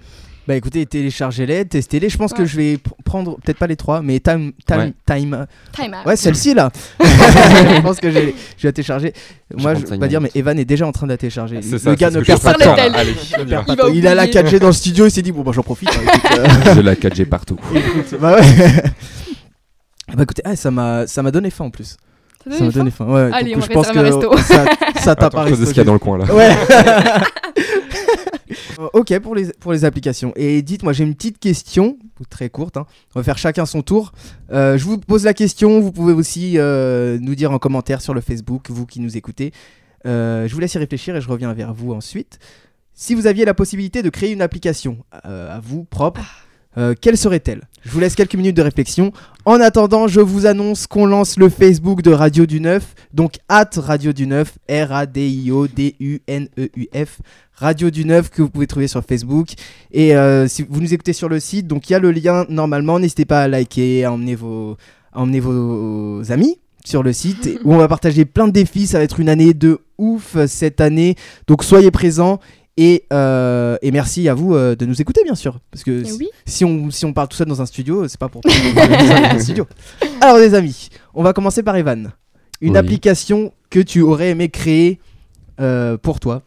A: Bah écoutez, téléchargez-les, testez-les. Je pense que
C: Ouais.
A: je vais pr- prendre, peut-être pas les trois, mais Time. Time,
E: Ouais.
A: time
C: Time Out.
A: ouais, celle-ci
C: [laughs]
A: là. je pense que j'ai- je vais la télécharger.
E: Je
A: Moi,
E: prends
A: je vais
E: Time
A: pas dire, mais
E: Out.
A: Evan est déjà en train de la télécharger.
B: C'est
A: le
B: ça,
A: gars
B: c'est
A: ne
B: ce que
A: perd
B: je
A: pas de
B: sors
A: temps.
C: de
B: là.
C: tête.
B: Allez, on y va.
C: Il va
A: Il a la
C: oublier.
A: 4G dans le studio, il s'est dit, bon, bah j'en profite. hein, écoute,
C: [laughs]
A: euh,
F: De la 4G partout.
A: bah ouais. [laughs] Bah écoutez, ah, ça m'a ça m'a donné faim en plus.
C: Ça donne
A: Ça m'a
C: une
A: donné faim. Ouais,
C: Allez,
A: donc
C: on
A: je pense que
C: réserve un resto.
A: ça, ça tape
B: Attends,
A: un
B: je pose
A: resto,
B: ce qu'il y a dans le coin là.
A: Ouais. [laughs] Euh, ok pour les, pour les applications. Et dites-moi, j'ai une petite question, ou très courte. hein. On va faire chacun son tour. Euh, je vous pose la question. Vous pouvez aussi euh, nous dire en commentaire sur le Facebook, vous qui nous écoutez. Euh, je vous laisse y réfléchir et je reviens vers vous ensuite. Si vous aviez la possibilité de créer une application euh, à vous propre, euh, quelle serait-elle Je vous laisse quelques minutes de réflexion. En attendant, je vous annonce qu'on lance le Facebook de Radio du Neuf. Donc, at Radio du Neuf, R-A-D-I-O-D-U-N-E-U-F. E Radio du Neuf que vous pouvez trouver sur Facebook. Et euh, si vous nous écoutez sur le site, donc il y a le lien normalement. N'hésitez pas à liker, à emmener vos, à emmener vos amis sur le site
C: [laughs]
A: et- où on va partager plein de défis. Ça va être une année de ouf euh, cette année. Donc, soyez présents. Et, euh, et merci à vous euh, de nous écouter, bien sûr. Parce que
C: Eh oui.
A: si on, si on parle tout ça dans un studio, c'est pas pour dans un studio. Alors les amis, on va commencer par Evan. Une
F: Oui.
A: application que tu aurais aimé créer euh, pour toi.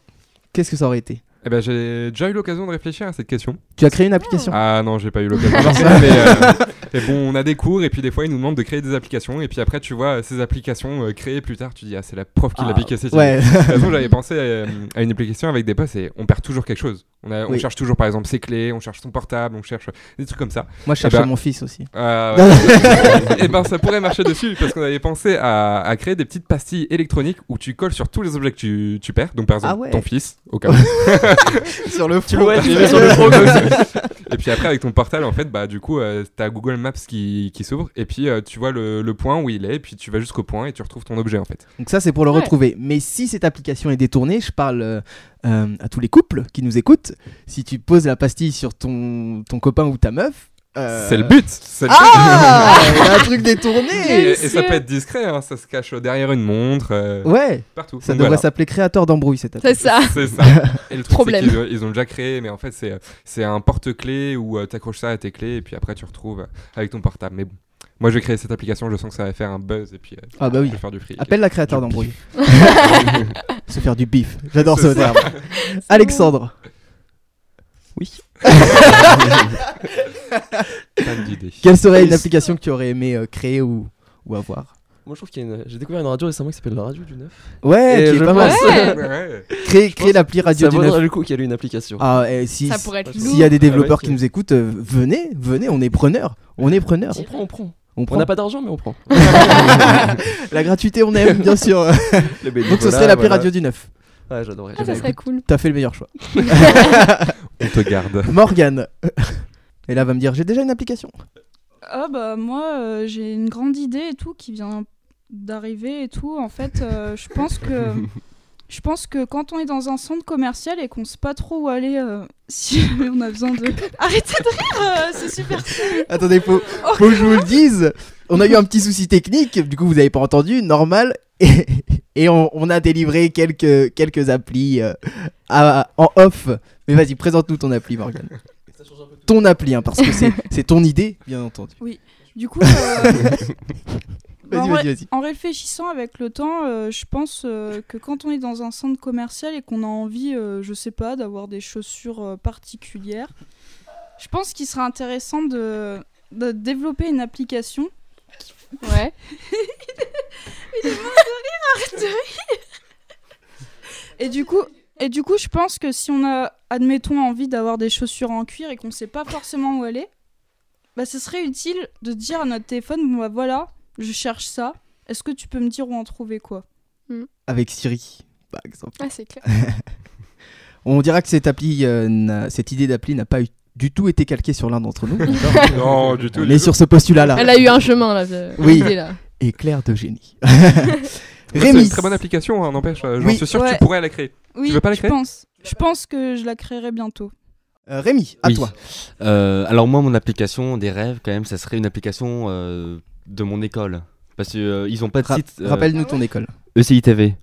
A: Qu'est-ce que ça aurait été
B: Eh ben, j'ai déjà eu l'occasion de réfléchir à cette question.
A: Tu as créé une application
B: Ah non, j'ai pas eu l'occasion. d'en faire, mais, euh, mais bon, on a des cours et puis des fois ils nous demandent de créer des applications et puis après tu vois euh, ces applications euh, créées plus tard, tu dis ah c'est la prof qui
A: Ah,
B: l'a piqué cette idée.
A: Ouais.
B: De toute façon, j'avais pensé euh, à une application avec des potes et on perd toujours quelque chose. On, a- on
A: Oui.
B: cherche toujours par exemple ses clés, on cherche son portable, on cherche des trucs comme ça.
A: [laughs] Moi je cherchais
B: Eh ben-
A: mon fils aussi. [laughs]
B: Euh,
A: Non,
B: [laughs] et ben ça pourrait marcher dessus parce qu'on avait pensé à, à créer des petites pastilles électroniques où tu colles sur tous les objets que tu, tu perds. Donc par exemple
A: Ah ouais.
B: ton fils au
D: [laughs]
B: cas où.
A: sur le
D: Tu vois, tu
B: Ouais,
D: vas sur le pro,
B: [laughs] et puis après avec ton portable en fait bah du coup euh, t'as Google Maps qui, qui s'ouvre et puis euh, tu vois le, le point où il est et puis tu vas jusqu'au point et tu retrouves ton objet en fait.
A: Donc ça c'est pour le
C: Ouais.
A: retrouver. Mais si cette application est détournée, je parle euh, euh, à tous les couples qui nous écoutent. Si tu poses la pastille sur ton, ton copain ou ta meuf... euh,
B: C'est le but. c'est le
A: Ah
B: [laughs]
A: [laughs] Il y a Un truc détourné
B: but. Et, et ça
C: Délicieux.
B: peut être discret, hein, ça se cache derrière une montre, euh,
A: Ouais,
B: partout.
A: ça
B: Donc,
A: devrait
B: voilà.
A: s'appeler créateur d'embrouille cette application.
C: C'est ça.
B: [laughs]
A: [laughs]
B: C'est ça. Et le truc,
C: Problème.
B: c'est qu'ils, euh, Ils, ont déjà créé, mais en fait, c'est, euh, c'est un porte-clés où tu accroches ça à tes clés et puis après, tu retrouves euh, avec ton portable. Mais bon, moi, j'ai créé cette application, je sens que ça va faire un buzz et puis euh,
A: Ah bah
B: je
A: oui.
B: vais faire du fric.
A: Appelle la créateur
B: Du
A: d'embrouille. [laughs] Se faire du bif. J'adore ce
B: C'est ça.
A: terme. Alexandre.
D: Oui.
B: Plein d'idées.
A: Quelle serait une application que tu aurais aimé euh, créer ou, ou avoir
D: Moi, je trouve qu'il y a une. J'ai découvert une radio récemment qui s'appelle la Radio du 9.
A: Ouais,
D: Et
A: qui est
D: je
A: pas mal.
D: pense-
C: Ouais.
B: [laughs] Ouais.
A: [laughs] Créer, créer l'appli Radio
D: ça
A: du
D: vaudra
A: Neuf.
D: le coup qu'il y ait une application.
A: Ah, et si
C: Ça pourrait être
D: si
A: s'il y a
C: lourd.
A: des développeurs
D: Ah ouais,
A: qui nous écoutent, euh, venez, venez, on est preneurs. On est preneurs.
D: On prend, on prend.
A: On
D: On
A: prend
D: n'a pas d'argent, mais on prend.
A: [laughs] la gratuité, on aime, bien sûr. Donc ce serait l'appli Radio du Neuf.
D: Ouais, j'adorerais.
C: Ah, ça serait cool.
A: T'as fait le meilleur choix.
B: On te garde.
A: Morgane. [laughs] Et là, va me dire, j'ai déjà une application.
G: Ah bah moi euh, j'ai une grande idée et tout qui vient d'arriver et tout. En
A: [laughs]
G: fait, euh, je pense que je pense que quand on est dans un centre commercial et qu'on sait pas trop où aller, euh, [laughs] si on a besoin de
A: [laughs]
G: arrêtez de rire, euh, c'est super.
A: Attendez, faut, faut que je vous le dise. On a eu un petit souci technique, du coup vous n'avez pas entendu, normal. [laughs] Et, et on, on a délivré quelques, quelques applis euh, à- en off. Mais vas-y, présente-nous ton appli, Morgan. Ton appli, hein, parce que c'est c'est ton idée, bien entendu.
G: Du coup, euh, Bah, en
A: Vas-y, vas-y,
G: bah, vrai-
A: vas-y.
G: En réfléchissant avec le temps, euh, je pense euh, que quand on est dans un centre commercial et qu'on a envie, euh, je sais pas, d'avoir des chaussures euh, particulières, je pense qu'il serait intéressant de, de développer une application.
C: Ouais.
G: Et du coup, et du coup, je pense que si on a, admettons, envie d'avoir des chaussures en cuir et qu'on sait pas forcément où aller, bah, ce serait utile de dire à notre téléphone, Bon, bah, voilà, je cherche ça. Est-ce que tu peux me dire où en trouver quoi
A: Avec Siri, par exemple.
C: Ah, c'est clair.
A: On dira que cette, appli, euh, n'a- cette idée d'appli n'a pas eu- du tout été calquée sur l'un
B: [laughs]
A: d'entre nous.
B: [laughs] Non, du tout.
A: On
B: du
A: est
B: tout.
A: sur ce postulat-là.
C: Elle a eu un chemin, là. de-
A: Oui.
C: l'idée, là.
A: Éclair de
C: [laughs]
A: génie.
B: C'est une
A: Rémi.
B: très bonne application, hein, n'empêche. euh, J'en
A: Oui.
B: suis sûr que
G: Ouais.
B: tu pourrais la créer.
G: Oui,
B: veux pas la
G: je
B: créer
G: pense. Je pense que je la créerai bientôt.
A: Euh, Rémi, à
E: Oui.
A: toi.
E: Euh, alors moi, mon application des rêves, quand même, ça serait une application euh, de mon école. Parce qu'ils ont pas de
A: Ra-
E: site. euh, E
A: Rappelle-nous
C: Ah
A: ton école.
E: ECI TV.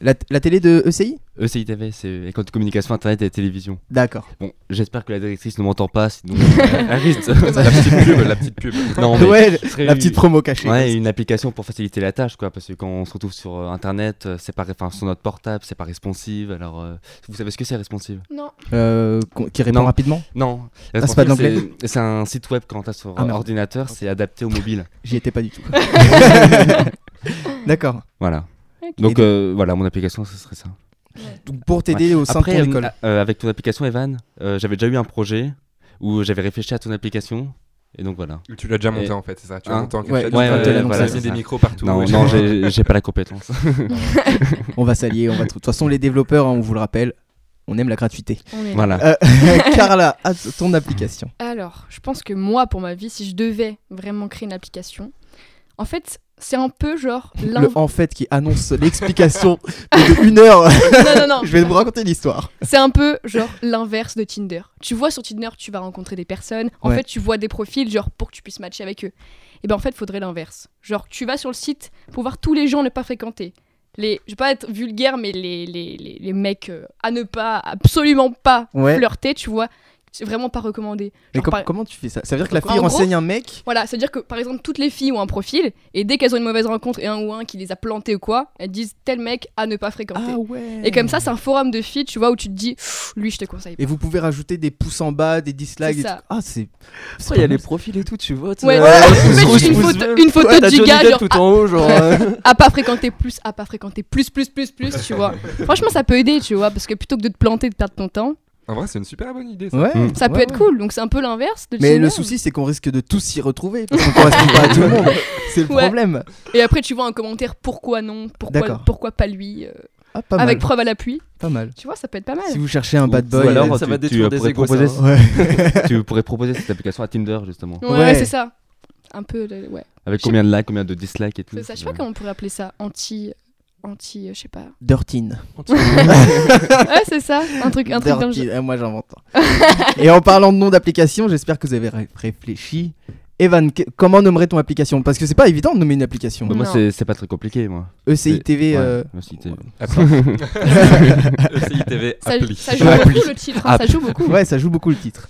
A: La, la télé de E ECI
E: ECI TV, c'est École de communication internet et télévision.
A: D'accord.
E: Bon, j'espère que la directrice ne m'entend pas,
A: [laughs]
E: sinon elle elle risque. la petite pub, la petite pub.
B: [laughs]
E: Non, mais
A: Ouais,
E: ce serait
A: la petite
E: une-
A: promo cachée.
E: Ouais, une application pour faciliter la tâche, quoi, parce que quand on se retrouve sur euh, Internet, euh, c'est pas, enfin, sur notre portable, c'est pas responsive. Alors, euh, vous savez ce que c'est responsive
C: Non.
A: Euh, qu'on- qui répond
E: Non.
A: rapidement
E: Non,
A: Ah, c'est pas de
E: responsive, c'est- C'est un site web quand t'as sur
A: Ah,
E: euh,
A: merde.
E: ordinateur, c'est adapté au mobile.
A: J'y étais pas [laughs] du tout. D'accord.
E: Voilà.
C: Ok.
E: Donc
A: Et-
E: euh, voilà, mon application, ce serait ça.
A: Donc, Pour t'aider au sein
E: Après,
A: de
E: euh,
A: ton école.
E: euh, avec ton application, Evan, euh, j'avais déjà eu un projet où j'avais réfléchi à ton application, et donc voilà.
B: Tu l'as déjà monté
E: Et-
B: en fait, c'est ça Tu l'as
E: Hein
B: monté en
A: Ouais,
B: cachette,
A: ouais,
B: tu
A: ouais,
B: t'as-
A: ouais,
B: t'as
A: voilà,
B: mis
A: c'est
B: des
E: ça.
B: micros partout.
E: Non,
B: et
E: non,
B: tout.
E: [laughs] j'ai j'ai pas la compétence.
A: On va s'allier, on va. tout- De toute façon, les développeurs, hein, on vous le rappelle, on aime la gratuité.
C: On est là.
E: voilà.
A: [laughs] Euh, Carla, à t- ton application.
C: Alors, je pense que moi, pour ma vie, si je devais vraiment créer une application, en fait, c'est un peu genre
A: Le [laughs]
C: l'inv-
A: en fait qui annonce l'explication de une heure.
C: Non, non, non.
A: [laughs] Je vais vous raconter l'histoire.
C: C'est un peu genre l'inverse de Tinder. Tu vois sur Tinder, tu vas rencontrer des personnes. En
A: Ouais.
C: fait, tu vois des profils genre pour que tu puisses matcher avec eux. Et ben en fait, faudrait l'inverse. Genre tu vas sur le site pour voir tous les gens ne pas fréquenter. Les, je vais pas être vulgaire, mais les, les, les, les mecs euh, à ne pas, absolument pas
A: Ouais.
C: flirter, tu vois, c'est vraiment pas recommandé.
A: Mais
C: Genre,
A: com-
C: par-
A: comment tu fais ça Ça veut dire que la
C: En
A: fille
C: gros-
A: renseigne un mec
C: Voilà, c'est-à-dire que par exemple, toutes les filles ont un profil, et dès qu'elles ont une mauvaise rencontre et un ou un qui les a plantées ou quoi, elles disent tel mec à ne pas fréquenter.
A: Ah ouais.
C: Et comme ça, c'est un forum de filles, tu vois, où tu te dis, Pff, lui, je te conseille. pas.
A: Et vous pouvez rajouter des pouces en bas, des dislikes. des
C: C'est ça.
A: trucs. Ah, c'est. c'est
D: Il y
A: pas
D: a
A: mal,
D: les profils et tout, tu votes.
C: Ouais,
D: euh,
C: mais
D: rouge,
C: une
D: pouce
C: photo-
D: vert.
C: une photo
D: Ouais, t'as
C: du
D: Johnny
C: gars,
D: Depp
C: genre, ah,
D: tout en haut, genre. euh,
C: [laughs] À pas fréquenter plus, à pas fréquenter plus, plus, plus, plus, tu vois. Franchement, ça peut aider, tu vois, parce que plutôt que de te planter, de perdre ton temps,
B: En vrai, c'est une super bonne idée.
A: ça.
B: ça.
A: Ouais.
E: Mm.
C: ça peut
A: ouais,
C: être
A: ouais.
C: cool. Donc c'est un peu l'inverse de
A: Mais
C: Tinder.
A: le souci, c'est qu'on risque de tous s'y retrouver parce qu'on correspond pas à tout le
C: [laughs]
A: monde. C'est le
C: Ouais.
A: problème.
C: Et après, tu vois un commentaire, pourquoi non, pourquoi,
A: D'accord.
C: pourquoi pas lui, euh,
A: Ah, pas
C: avec
A: mal.
C: preuve à l'appui.
A: Pas mal.
C: Tu vois, ça peut être pas mal.
A: Si vous cherchez un bad
E: Ou
A: boy,
E: alors,
D: ça
E: tu-
D: va
E: tu,
D: détruire
E: euh,
D: des
E: pourrais
D: égos, ça,
E: proposer
D: hein.
A: Ouais.
E: tu pourrais proposer cette application à Tinder justement.
C: Ouais,
A: Ouais.
C: ouais, c'est ça. Un peu, le- ouais.
E: Avec
C: Je sais
E: combien de likes, combien de dislikes et tout.
C: C'est ça, je sais pas
E: euh,
C: comment on pourrait appeler ça, anti, anti, euh, je
A: [laughs]
C: sais pas.
A: [laughs] Dirtine.
C: ouais, c'est ça, un truc, un truc dans le
A: Dirtine.
C: genre.
A: Eh, Moi,
C: [laughs]
A: j'invente. Et en parlant de nom d'application, j'espère que vous avez ré- réfléchi. Evan, que- comment nommerait ton application Parce que c'est pas évident de nommer une application.
E: Bah, moi
C: Non.
E: c'est c'est pas très compliqué moi.
A: ECI
E: c'est-
A: TV. euh,
E: Ouais, merci,
A: [laughs]
E: t'es-
B: [laughs]
A: E
B: ECI TV
C: Ça,
B: appli.
C: ça joue beaucoup le titre, hein, ça joue beaucoup.
A: Ouais, ça joue beaucoup le titre.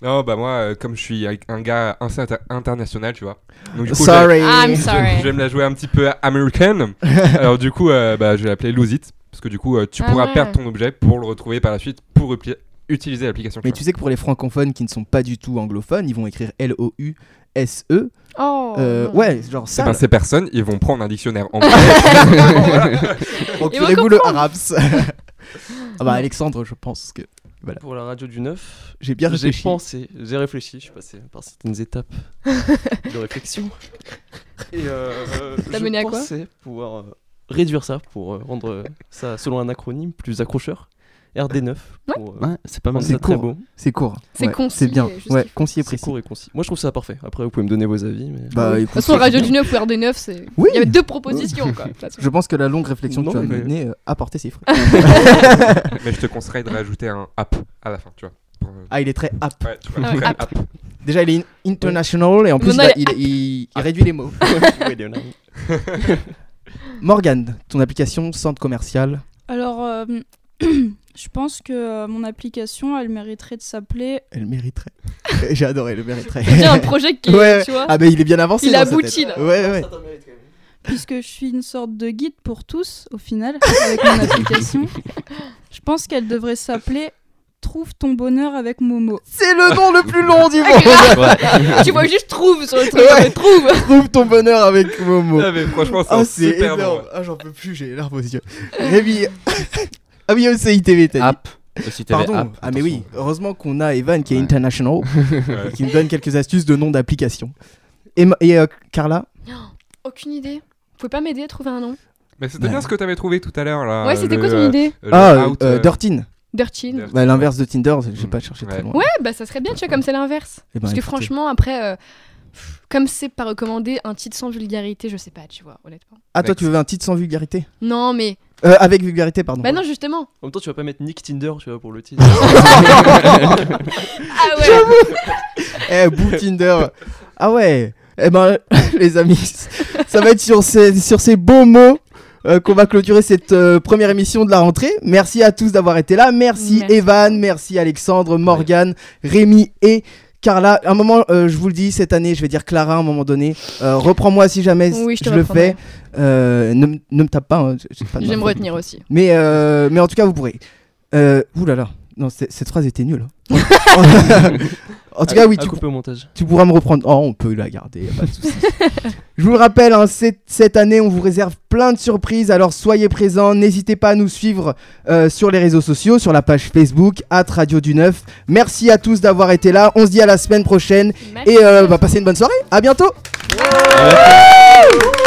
B: Non, bah moi, euh, comme je suis avec un gars assez inter- international, tu vois. Donc, du coup, je vais-
A: Sorry.
C: Ah, I'm
B: Je vais
C: sorry.
B: me la jouer un petit peu
A: [laughs]
B: américaine. Alors du coup, euh, bah, je vais l'appeler Lose It. Parce que du coup, euh, tu
C: Ah
B: pourras
C: ouais.
B: perdre ton objet pour le retrouver par la suite pour upli- utiliser l'application.
A: Mais
B: tu
A: tu sais que pour les francophones qui ne sont pas du tout anglophones, ils vont écrire L-O-U-S-E.
C: Oh.
A: E, Euh,
C: non.
A: ouais, genre
B: vois. Eh
A: ça.
B: ben, ces personnes, ils vont prendre un dictionnaire anglais.
A: [laughs]
D: [laughs]
A: Procurez-vous le Haraps. [laughs] ah bah, Alexandre, je pense que
D: Pour la radio du 9,
A: j'ai bien
D: j'ai
A: réfléchi.
D: pensé, j'ai réfléchi, je suis passé par
C: [laughs]
D: certaines étapes de réflexion. Et euh, euh,
C: T'as
D: je
C: mené à quoi
D: pensais pouvoir euh, réduire ça pour euh, rendre euh, ça, selon un acronyme, plus accrocheur. RD9. pour, euh,
E: Ouais, c'est pas mal.
D: rendre ça
A: C'est
D: très
A: court.
D: beau.
A: C'est court. hein.
C: C'est
A: Ouais,
C: concis
A: C'est bien.
C: et juste
A: Ouais,
C: qu'il faut.
A: concis et
D: C'est
A: précis.
D: court et concis. Moi, je trouve ça parfait. Après, vous pouvez me donner vos avis. Mais...
A: Bah,
C: De
A: écoute,
C: toute façon, Radio du 9 ou RD9, c'est.
A: Oui.
C: Il y avait deux propositions, quoi. de toute façon.
A: je pense que la longue réflexion
D: Non,
A: que tu as
D: mais-
A: menée euh, a porté ses fruits.
B: Mais je te conseillerais de rajouter un app à la fin, tu vois. pour, euh,
A: ah, il est très up.
B: Ouais, tu vois,
C: Ah ouais,
B: très
C: app.
B: app.
A: Déjà, il est in- international et en plus, bah,
C: Maintenant,
A: il, a- il- il- il
B: Ah.
A: réduit les mots.
D: [laughs] Ouais, Léonard.
A: Morgane, ton application centre commercial.
G: Alors, euh, [clears throat] je pense que euh, mon application, elle mériterait de s'appeler.
A: Elle mériterait. [laughs] J'ai adoré, le mériterait. [laughs]
C: Il y a un projet qui est,
A: Ouais, ouais.
C: tu vois,
A: Ah, mais il est bien avancé.
C: il
A: dans sa
C: aboutit,
A: tête.
C: là.
A: Ouais, ouais.
G: puisque je suis une sorte de guide pour tous, au final, avec mon application. Je pense qu'elle devrait s'appeler Trouve ton bonheur avec Momo.
A: C'est le nom le plus long du
C: [laughs]
A: monde.
C: grave. tu vois juste trouve sur le truc,
A: Ouais.
C: mais trouve.
A: Trouve ton bonheur avec Momo.
B: Ah, mais franchement, c'est
A: Ah,
B: un
A: c'est
B: super nom,
A: énorme.
B: ouais.
A: Ah, j'en peux plus, j'ai les larmes aux yeux. Rémi. [laughs] ah oui, OCITV, t'as dit.
E: App. Euh, Aussi TV
A: Pardon.
E: app,
A: ah, mais oui.
E: attention.
A: Heureusement qu'on a Evan qui est
E: Ouais.
A: international
B: Ouais.
A: [laughs] et qui nous donne quelques astuces de noms d'applications. Et, ma- et, euh, Carla
C: Oh, Aucune idée. Vous pouvez pas m'aider à trouver un nom
B: Mais c'était
A: Ouais.
B: bien ce que t'avais trouvé tout à l'heure là.
C: Ouais, c'était
B: le,
C: quoi ton
B: euh,
C: idée
B: le
A: Ah,
B: out,
A: euh,
B: euh,
A: Dirtin.
C: Dirtin.
B: Dirtin.
A: Bah, l'inverse de Tinder, j'ai
B: Mm.
A: pas cherché très
B: Ouais.
A: loin.
C: Ouais, bah ça serait bien, tu vois, comme c'est l'inverse.
A: Eh ben,
C: Parce que
A: écoutez.
C: franchement, après, euh, pff, comme c'est pas recommandé, un titre sans vulgarité, je sais pas, tu vois, honnêtement.
A: Ah, toi, tu veux un titre sans vulgarité
C: Non, mais.
A: Euh, Avec vulgarité, pardon. [laughs]
C: Bah non, justement.
D: En même temps, tu vas pas mettre Nick Tinder, tu vois, pour le titre.
C: Ah ouais
A: Eh, Boo Tinder. Ah ouais. Eh ben, [laughs] les amis, ça va être sur ces, sur ces beaux mots euh, qu'on va clôturer cette euh, première émission de la rentrée. Merci à tous d'avoir été là. Merci,
C: Merci.
A: Evan, merci Alexandre, Morgane, Rémi et Carla. Un moment, euh, je vous le dis, cette année, je vais dire Clara à un moment donné. Euh, Reprends-moi si jamais
C: Oui, je te
A: le
C: reprendrai.
A: fais. Euh, ne, m- ne me tape pas. hein, j'ai- j'ai pas de
C: J'aime
A: mal.
C: retenir aussi.
A: Mais, euh, mais en tout cas, vous pourrez. Euh, ouh là là. Non, c'est- cette phrase était nulle.
C: [laughs]
A: hein. en tout cas, oui,
D: à
A: tu,
D: couper au montage.
A: tu pourras me reprendre. Oh, on peut la garder, y a pas de souci. Je vous le rappelle, hein, c'est- cette année, on vous réserve plein de surprises. Alors soyez présents. N'hésitez pas à nous suivre euh, sur les réseaux sociaux, sur la page Facebook, at Radio du Neuf. Merci à tous d'avoir été là. euh, On se dit à la semaine prochaine. Et euh, bah, passez une bonne soirée. À bientôt.
E: Ah ouais.